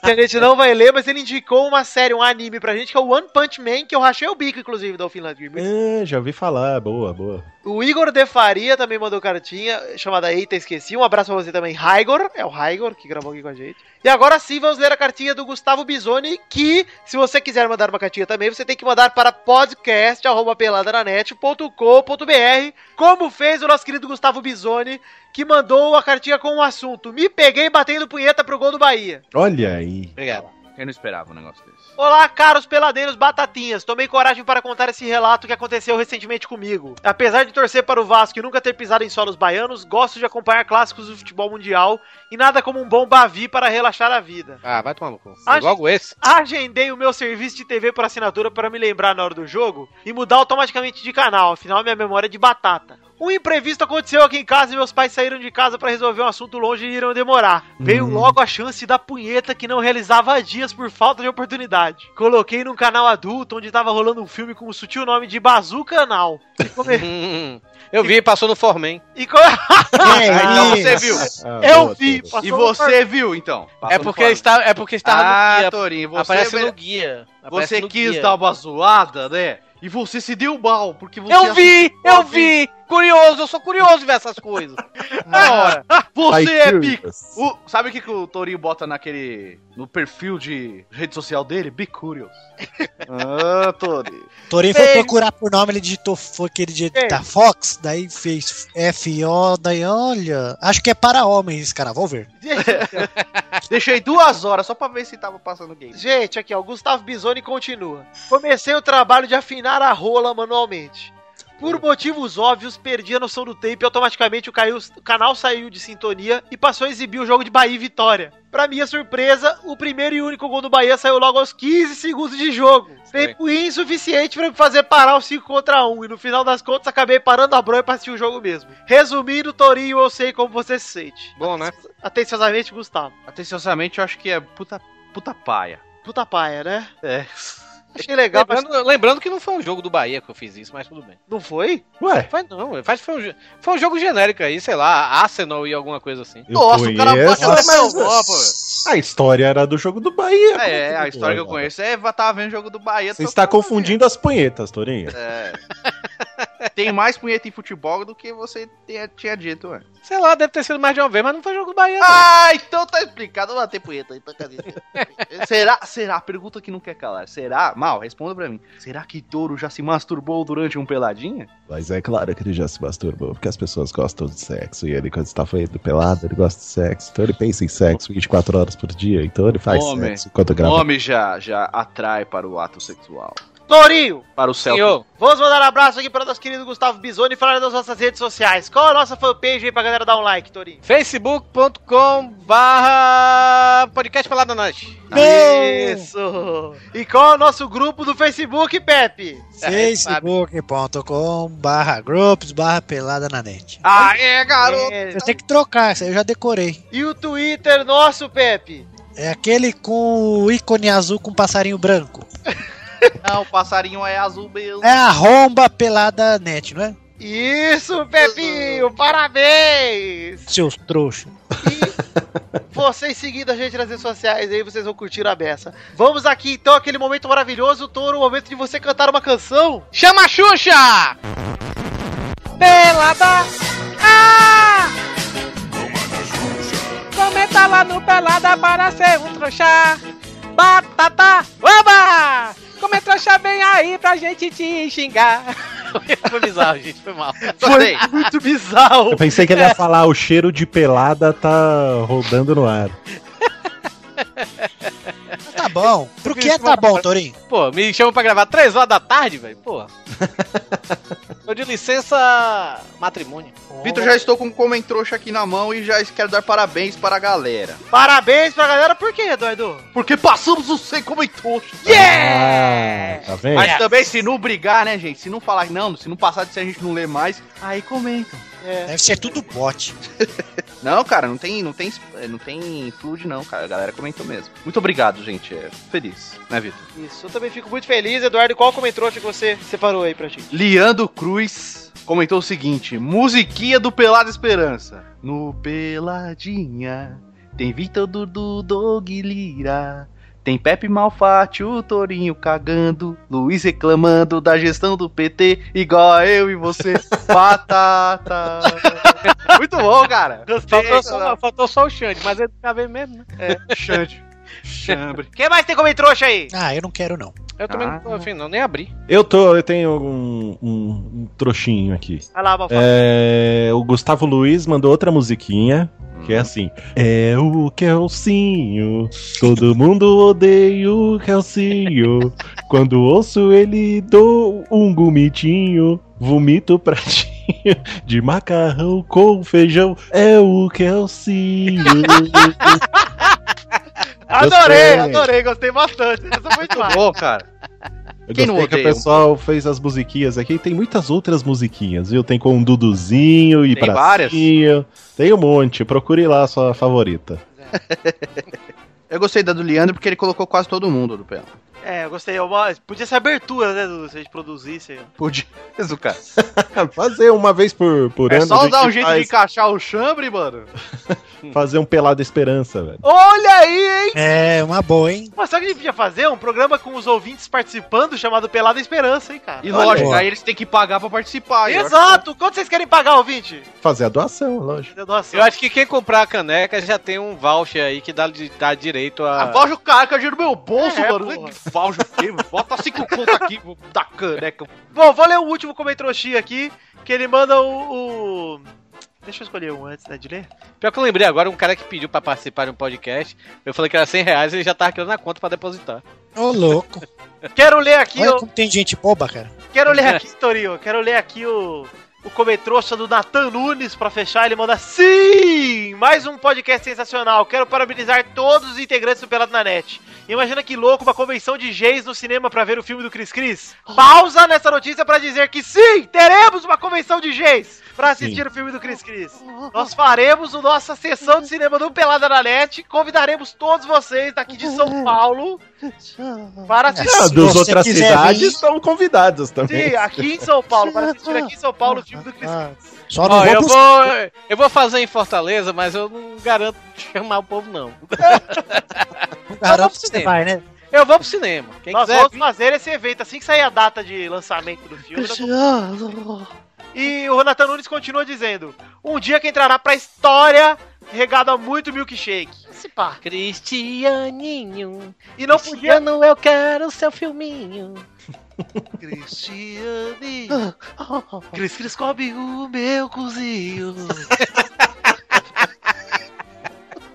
Speaker 5: que a gente não vai ler, mas ele indicou uma série, um anime pra gente, que é o One Punch Man, que eu rachei o bico, inclusive, Dolphin Landgrinho.
Speaker 4: Ah, já ouvi falar, boa, boa.
Speaker 5: O Igor de Faria também mandou cartinha, chamada Eita Esqueci. Um abraço pra você também, Raigor. É o Raigor que gravou aqui com a gente. E agora sim, vamos ler a cartinha do Gustavo Bisoni, que, se você quiser mandar uma cartinha também, você tem que mandar para podcast.peladananet.com.br, como fez o nosso querido Gustavo Bisoni, que mandou a cartinha com o assunto Me peguei batendo punheta pro gol do Bahia.
Speaker 4: Olha aí.
Speaker 6: É,
Speaker 7: Obrigado.
Speaker 10: eu não esperava um negócio desse.
Speaker 5: Olá, caros peladeiros batatinhas. Tomei coragem para contar esse relato que aconteceu recentemente comigo. Apesar de torcer para o Vasco e nunca ter pisado em solos baianos, gosto de acompanhar clássicos do futebol mundial e nada como um bom bavi para relaxar a vida.
Speaker 7: Ah, vai tomar no cu.
Speaker 5: Acho-
Speaker 7: Logo esse.
Speaker 5: Agendei o meu serviço de TV por assinatura para me lembrar na hora do jogo e mudar automaticamente de canal, afinal minha memória é de batata. Um imprevisto aconteceu aqui em casa e meus pais saíram de casa para resolver um assunto longe e iriam demorar. Veio logo a chance da punheta que não realizava há dias por falta de oportunidade. Coloquei num canal adulto onde tava rolando um filme com o sutil nome de Bazoo Canal. E, come-
Speaker 7: Hum, eu vi, passou no Formen.
Speaker 5: e come-
Speaker 7: tá
Speaker 3: É
Speaker 6: então você
Speaker 3: isso.
Speaker 6: viu.
Speaker 4: Ah,
Speaker 5: eu
Speaker 4: boa,
Speaker 5: vi,
Speaker 4: todas.
Speaker 6: E
Speaker 5: passou no
Speaker 6: você viu, então.
Speaker 7: É porque, está, é porque estava
Speaker 6: Ah,
Speaker 7: no guia.
Speaker 6: Torinho, você,
Speaker 7: Aparece no guia. Aparece
Speaker 6: você
Speaker 7: no
Speaker 6: quis
Speaker 7: guia.
Speaker 6: dar uma zoada, né? E você se deu mal, porque você.
Speaker 7: Eu vi, eu vi. Curioso, eu sou curioso ver essas coisas.
Speaker 6: Ora, você
Speaker 4: Ai,
Speaker 6: é
Speaker 4: Deus.
Speaker 6: bico. O- sabe o que, que o Torinho bota naquele. no perfil de rede social dele? Be curious. ah, Torinho.
Speaker 3: Torinho foi procurar por nome, ele digitou foi aquele de,
Speaker 5: Ei.
Speaker 3: da Fox, daí fez FO, daí olha. Acho que é para homens, cara, vou ver.
Speaker 6: Deixei duas horas só pra ver se tava passando game.
Speaker 5: Gente, aqui ó, o Gustavo Bisoni continua. Comecei o trabalho de afinar a rola manualmente. Por motivos óbvios, perdi a noção do tempo e automaticamente o, caiu- o canal saiu de sintonia e passou a exibir o jogo de Bahia e Vitória. Pra minha surpresa, o primeiro e único gol do Bahia saiu logo aos 15 segundos de jogo. Tempo insuficiente pra me fazer parar o 5 contra 1 e no final das contas acabei parando a bronha pra assistir o jogo mesmo. Resumindo, Torinho, eu sei como você se sente.
Speaker 7: Bom, né?
Speaker 5: Atenciosamente, Gustavo.
Speaker 6: Atenciosamente, eu acho que é puta, puta paia.
Speaker 5: Puta paia, né?
Speaker 6: É.
Speaker 5: Achei legal, mas
Speaker 7: Lembrando, lembrando que não foi um jogo do Bahia que eu fiz isso, mas tudo bem.
Speaker 5: não foi?
Speaker 4: Ué,
Speaker 7: Faz não, faz, foi, um, jo- foi um jogo genérico aí, sei lá, Arsenal e alguma coisa assim.
Speaker 4: eu
Speaker 6: Nossa, o cara
Speaker 4: conheço.
Speaker 6: bota na
Speaker 4: Mas
Speaker 6: Europa.
Speaker 4: A história era do jogo do Bahia.
Speaker 6: É,
Speaker 4: Como
Speaker 6: a história que eu
Speaker 4: agora?
Speaker 6: conheço é tava vendo o jogo do Bahia.
Speaker 4: Você
Speaker 6: tô
Speaker 4: está
Speaker 6: falando,
Speaker 4: confundindo as punhetas, Torinho.
Speaker 6: É. Tem mais punheta em futebol do que você tinha, tinha dito é. antes.
Speaker 7: Sei lá, deve ter sido mais de uma vez, mas não foi jogo do Bahia. não.
Speaker 6: Ah, então tá explicado. Não vai ter punheta. Então, quer dizer, será, será, pergunta que não quer calar. Será, mal, responda pra mim. Será que Touro já se masturbou durante um peladinha?
Speaker 4: Mas é claro que ele já se masturbou, porque as pessoas gostam de sexo. E ele, quando está fazendo pelado, ele gosta de sexo. Então ele pensa em sexo 24 horas por dia. Então ele faz
Speaker 6: Homem.
Speaker 4: sexo enquanto
Speaker 6: O
Speaker 4: grava.
Speaker 6: homem já, já atrai para o ato sexual.
Speaker 5: Torinho,
Speaker 6: Para o céu.
Speaker 7: Senhor,
Speaker 5: vamos mandar um abraço aqui para o nosso querido Gustavo Bisoni e falar das nossas redes sociais. Qual a nossa fanpage aí pra galera dar um like, Torinho?
Speaker 7: facebook.com barra podcast Pelada Nós.
Speaker 5: Isso! E qual é o nosso grupo do Facebook, Pepe?
Speaker 3: facebook.com barra groups barra pelada na net.
Speaker 6: Aê, garoto!
Speaker 5: É,
Speaker 3: Eu tenho que trocar, isso aí eu já decorei.
Speaker 5: E o Twitter nosso, Pepe?
Speaker 3: É aquele com o ícone azul com passarinho branco.
Speaker 6: Não, o passarinho é azul mesmo.
Speaker 3: É arromba pelada net, não é?
Speaker 5: Isso, Pepinho! Parabéns!
Speaker 3: Seus trouxas.
Speaker 5: Vocês seguindo a gente nas redes sociais aí, vocês vão curtir a beça. Vamos aqui então aquele momento maravilhoso, Toro, o momento de você cantar uma canção.
Speaker 7: Chama a Xuxa! Pelada! Ah! Comenta lá no Pelada para ser um trouxa! Batata! Oba! Comenta trouxa bem aí pra gente te xingar! foi bizarro, gente, foi mal.
Speaker 6: Gostei.
Speaker 5: Muito bizarro.
Speaker 4: Eu pensei que ele ia falar, o cheiro de pelada tá rodando no ar.
Speaker 3: Tá bom. Pro que é tá bom, Torinho?
Speaker 7: Pô, me chamam pra gravar 3 horas da tarde, velho? Porra! Tô de licença matrimônio.
Speaker 6: Vitor, já estou com um comentrouxa aqui na mão e já quero dar parabéns para a galera.
Speaker 5: Parabéns pra galera, por quê, Eduardo?
Speaker 6: Porque passamos o sem comentrouxa.
Speaker 4: Yeah! tá vendo?
Speaker 6: Mas também, se não brigar, né, gente? Se não falar, não, se não passar disso a gente não lê mais, aí comentam.
Speaker 3: Deve ser tudo bot.
Speaker 6: Não, cara, não tem, não tem, não tem flood, não, cara. A galera comentou mesmo. Muito obrigado, gente. É feliz, né, Vitor?
Speaker 5: Isso, eu também fico muito feliz, Eduardo. Qual comentário que você separou aí pra gente?
Speaker 6: Leandro Cruz comentou o seguinte: musiquinha do Pelada Esperança. No Peladinha tem Vitor Dudu Dog Lira. Tem Pepe Malfatti, o Torinho cagando, Luiz reclamando da gestão do PT, igual a eu e você, batata. Muito bom, cara.
Speaker 7: Faltou só, faltou só o Xande, mas ele tá vendo mesmo, né?
Speaker 6: Xande. Chambre.
Speaker 5: Quem mais tem comentário aí?
Speaker 3: Ah, eu não quero não.
Speaker 7: Eu também
Speaker 3: Ah.
Speaker 7: não tô afim, não, nem abri.
Speaker 4: Eu tô, eu tenho um, um, um trouxinho aqui.
Speaker 5: Vai lá, Malfa.
Speaker 4: É, o Gustavo Luiz mandou outra musiquinha, que
Speaker 6: Hum.
Speaker 4: é assim: É o Kelsinho, todo mundo odeia o Kelsinho. Quando ouço ele, dou um gomitinho, vomito o pratinho de macarrão com feijão. É o Kelsinho.
Speaker 5: Adorei,
Speaker 4: gostei.
Speaker 5: adorei, gostei bastante. Essa foi demais.
Speaker 6: Bom, cara. Quem
Speaker 4: Eu Quem
Speaker 6: não
Speaker 4: gostei que o
Speaker 6: odeia um
Speaker 4: pessoal fez as musiquinhas aqui. Tem muitas outras musiquinhas, viu? Tem com um Duduzinho e
Speaker 6: Tem
Speaker 4: Bracinho. Tem um monte. Procure lá a sua favorita.
Speaker 6: Eu gostei da do Leandro porque ele colocou quase todo mundo do Pelada.
Speaker 5: É, eu gostei. Uma... Podia ser abertura, né, Dudu? Se a gente produzisse.
Speaker 6: Podia. Isso, cara.
Speaker 4: Fazer uma vez por, por
Speaker 6: É
Speaker 4: ano. a
Speaker 6: só
Speaker 4: gente
Speaker 6: dar um jeito de
Speaker 4: faz-
Speaker 6: encaixar o chambre, mano.
Speaker 4: Fazer um Pelada Esperança, velho.
Speaker 5: Olha aí, hein?
Speaker 3: É, uma boa, hein?
Speaker 5: Mas sabe o que a gente podia fazer? Um programa com os ouvintes participando chamado Pelada Esperança, hein, cara?
Speaker 6: E
Speaker 3: Olha,
Speaker 6: lógico,
Speaker 3: ó.
Speaker 6: aí eles têm que pagar pra participar. eu acho
Speaker 5: Exato! Quanto vocês querem pagar, ouvinte?
Speaker 4: Fazer a doação, lógico.
Speaker 5: Nossa,
Speaker 7: Eu acho que quem comprar a caneca já tem um voucher aí que dá, dá direito
Speaker 6: que- Ah,
Speaker 7: a.
Speaker 6: Valja o cara que eu giro meu bolso,
Speaker 5: É,
Speaker 6: mano.
Speaker 5: porra.
Speaker 6: Valja o quê? Bota cinco conto aqui vou dar caneca.
Speaker 5: Bom, vou ler o último comentroxinha aqui, que ele manda o, o- Deixa eu escolher um antes, né, de ler.
Speaker 7: Pior que eu lembrei agora, um cara que pediu pra participar de um podcast, eu falei que era 100 reais e ele já tava querendo na conta pra depositar.
Speaker 3: Ô, louco.
Speaker 5: Quero ler aqui,
Speaker 3: Olha
Speaker 5: eu,
Speaker 3: como tem gente boba, cara.
Speaker 5: quero ler aqui, Torinho, quero ler aqui o, o comentroxa do Nathan Nunes pra fechar, ele manda sim! Mais um podcast sensacional, quero parabenizar todos os integrantes do Pelado na Net. Imagina que louco uma convenção de gays no cinema pra ver o filme do Cris Cris. Pausa nessa notícia pra dizer que sim, teremos uma convenção de gays pra assistir o filme do Cris Cris. Nós faremos a nossa sessão de cinema do Pelada na Net. Convidaremos todos vocês daqui de São Paulo para
Speaker 3: Ah,
Speaker 4: Ah,
Speaker 5: assistir.
Speaker 3: se
Speaker 4: dos
Speaker 3: você
Speaker 4: outras
Speaker 3: quiser
Speaker 4: cidades
Speaker 3: vir-
Speaker 4: estão convidados também.
Speaker 5: Sim, aqui em São Paulo, para assistir aqui em São Paulo o filme do Cris
Speaker 3: Ah,
Speaker 5: Cris.
Speaker 3: Só não
Speaker 7: Ó,
Speaker 3: vou
Speaker 7: eu
Speaker 3: pros-
Speaker 7: vou, eu vou fazer em Fortaleza, mas eu não garanto chamar o povo, não.
Speaker 3: não garanto
Speaker 7: pro
Speaker 3: que você
Speaker 7: cinema.
Speaker 3: vai, né?
Speaker 7: Eu vou pro cinema. Quem
Speaker 5: Nós
Speaker 7: quiser.
Speaker 5: vamos fazer esse evento assim que sair a data de lançamento do filme. nós vamos- E o Nathan Nunes continua dizendo: Um dia que entrará pra história regado a muito milkshake. Se pá.
Speaker 7: Cristianinho.
Speaker 5: E não podia.
Speaker 7: Cristiano, eu quero o seu filminho.
Speaker 5: Cristianinho. Cris Cris cobre o meu cozinho.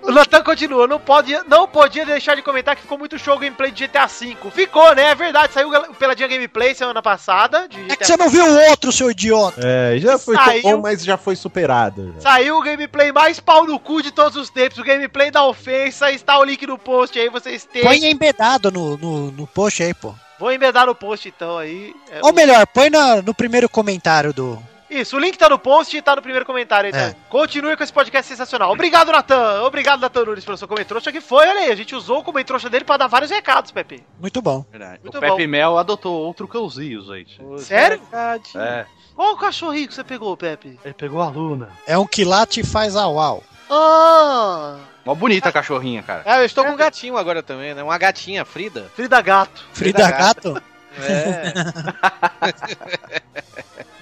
Speaker 5: O Natan continua, não, pode, não podia deixar de comentar que ficou muito show o gameplay de GTA V. Ficou, né? É verdade, saiu o peladinha gameplay semana passada. De
Speaker 3: É que
Speaker 5: GTA
Speaker 3: você não viu o outro, seu idiota.
Speaker 4: É, já foi tão
Speaker 5: Saiu.
Speaker 4: bom, mas já foi superado. já.
Speaker 5: Saiu o gameplay mais pau no cu de todos os tempos, o gameplay da ofensa, está o link no post aí, vocês
Speaker 7: É.
Speaker 5: têm.
Speaker 3: Põe embedado no, no, no post aí, pô.
Speaker 5: Vou embedar no post então aí. É,
Speaker 3: Ou
Speaker 5: o-
Speaker 3: melhor, põe na- no primeiro comentário do.
Speaker 5: Isso, o link tá no post e tá no primeiro comentário aí, tá?
Speaker 3: É.
Speaker 5: Continue com esse podcast sensacional. Obrigado, Natan. Obrigado, Natan Nunes, pelo seu comentroxa que foi, olha aí. A gente usou o comentroxa dele pra dar vários recados, Pepe.
Speaker 3: Muito bom.
Speaker 6: Verdade.
Speaker 5: Muito
Speaker 6: o Pepe Mel adotou outro cãozinho, gente.
Speaker 5: Sério?
Speaker 7: Verdade.
Speaker 6: É.
Speaker 5: Qual o cachorrinho que você pegou, Pepe?
Speaker 6: Ele pegou a Luna.
Speaker 3: É um que late e faz au au.
Speaker 5: Ah!
Speaker 6: Uma bonita a cachorrinha, cara.
Speaker 7: Ah, eu estou com um gatinho agora também, né? Uma gatinha, Frida.
Speaker 5: Frida Gato.
Speaker 3: Frida Gato?
Speaker 7: É.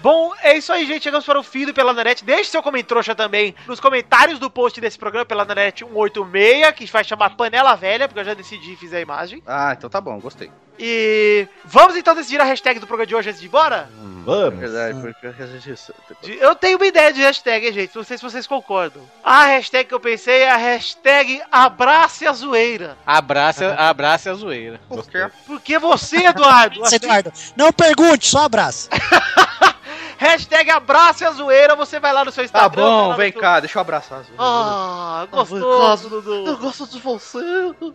Speaker 5: Bom, é isso aí, gente. Chegamos para o fim do Pelada Net. Deixe seu comentroxa também nos comentários do post desse programa, Pelada Net 186, que vai chamar Panela Velha, porque eu já decidi e fiz a imagem.
Speaker 6: Ah, então tá bom, gostei.
Speaker 5: E vamos então decidir a hashtag do programa de hoje antes de ir embora?
Speaker 4: Vamos.
Speaker 6: É Verdade, porque a gente.
Speaker 5: De- Eu tenho uma ideia de hashtag, hein, gente. Não sei se vocês concordam. A hashtag que eu pensei é a hashtag Abrace a Zoeira.
Speaker 7: Abraça, abraça a zoeira.
Speaker 5: Porque você, Eduardo,
Speaker 3: Você, Eduardo. Não pergunte, só abraço.
Speaker 5: hashtag Abrace a Zoeira, você vai lá no seu
Speaker 6: Tá
Speaker 5: Instagram. vai lá
Speaker 6: bom,
Speaker 5: no
Speaker 6: vem
Speaker 5: seu-
Speaker 6: cá, Tá deixa eu abraçar.
Speaker 5: Ah, gostoso, Dudu.
Speaker 6: gosto de você.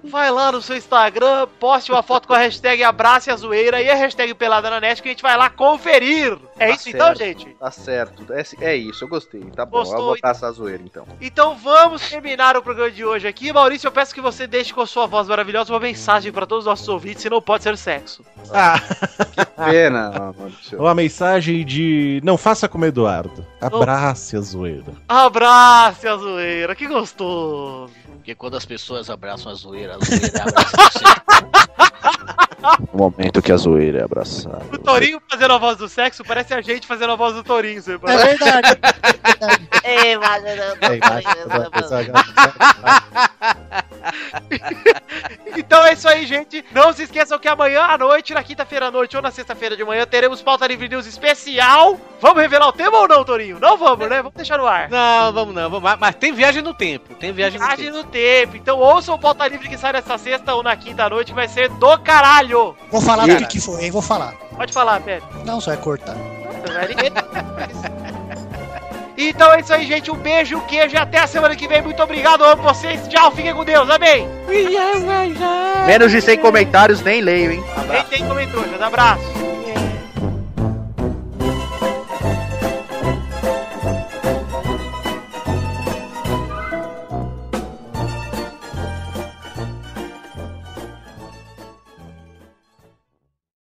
Speaker 5: Vai lá no seu Instagram, poste uma foto com a hashtag Abrace a Zoeira e a hashtag Pelada na Net que a gente vai lá conferir. É
Speaker 6: Tá
Speaker 5: isso então,
Speaker 6: certo.
Speaker 5: gente?
Speaker 6: Tá certo. É, é isso, eu gostei. Tá bom,
Speaker 5: Gostou,
Speaker 6: eu vou botar essa zoeira então.
Speaker 5: Então vamos terminar o programa de hoje aqui. Maurício, eu peço que você deixe com a sua voz maravilhosa uma mensagem para todos os nossos ouvintes e não pode ser sexo.
Speaker 3: Ah.
Speaker 6: Pena, Maurício.
Speaker 4: Uma mensagem de. Não faça como Eduardo. Abrace a zoeira.
Speaker 5: Abrace a zoeira, que gostoso.
Speaker 11: Porque quando as pessoas abraçam a zoeira, a zoeira abraça você.
Speaker 10: No momento que a zoeira é abraçada.
Speaker 5: O Torinho fazendo a voz do sexo parece a gente fazendo a voz do Torinho. Você
Speaker 3: É verdade.
Speaker 8: É, mas...
Speaker 5: Então é isso aí, gente. Não se esqueçam que amanhã à noite, na quinta-feira à noite ou na sexta-feira de manhã, teremos pauta livre news especial. Vamos revelar o tema ou não, Torinho? Não vamos, né? Vamos deixar no ar.
Speaker 7: Não, vamos não, vamos. mas- Mas tem viagem no tempo. Tem viagem no
Speaker 5: Viagem
Speaker 7: tempo.
Speaker 5: no tempo. Então ouçam o pauta livre que sai nessa sexta ou na quinta à noite, que vai ser do caralho.
Speaker 3: Vou falar
Speaker 7: Ih.
Speaker 3: do que foi, hein? Vou falar.
Speaker 5: Pode falar, Pepe.
Speaker 3: Não, só é cortar.
Speaker 5: Então é isso aí, gente. Um beijo, um queijo e até a semana que vem. Muito obrigado, amo vocês. Tchau, fiquem com Deus. Amém.
Speaker 6: Menos de 100 comentários, nem leio, hein?
Speaker 5: Quem tem comentou, já abraço.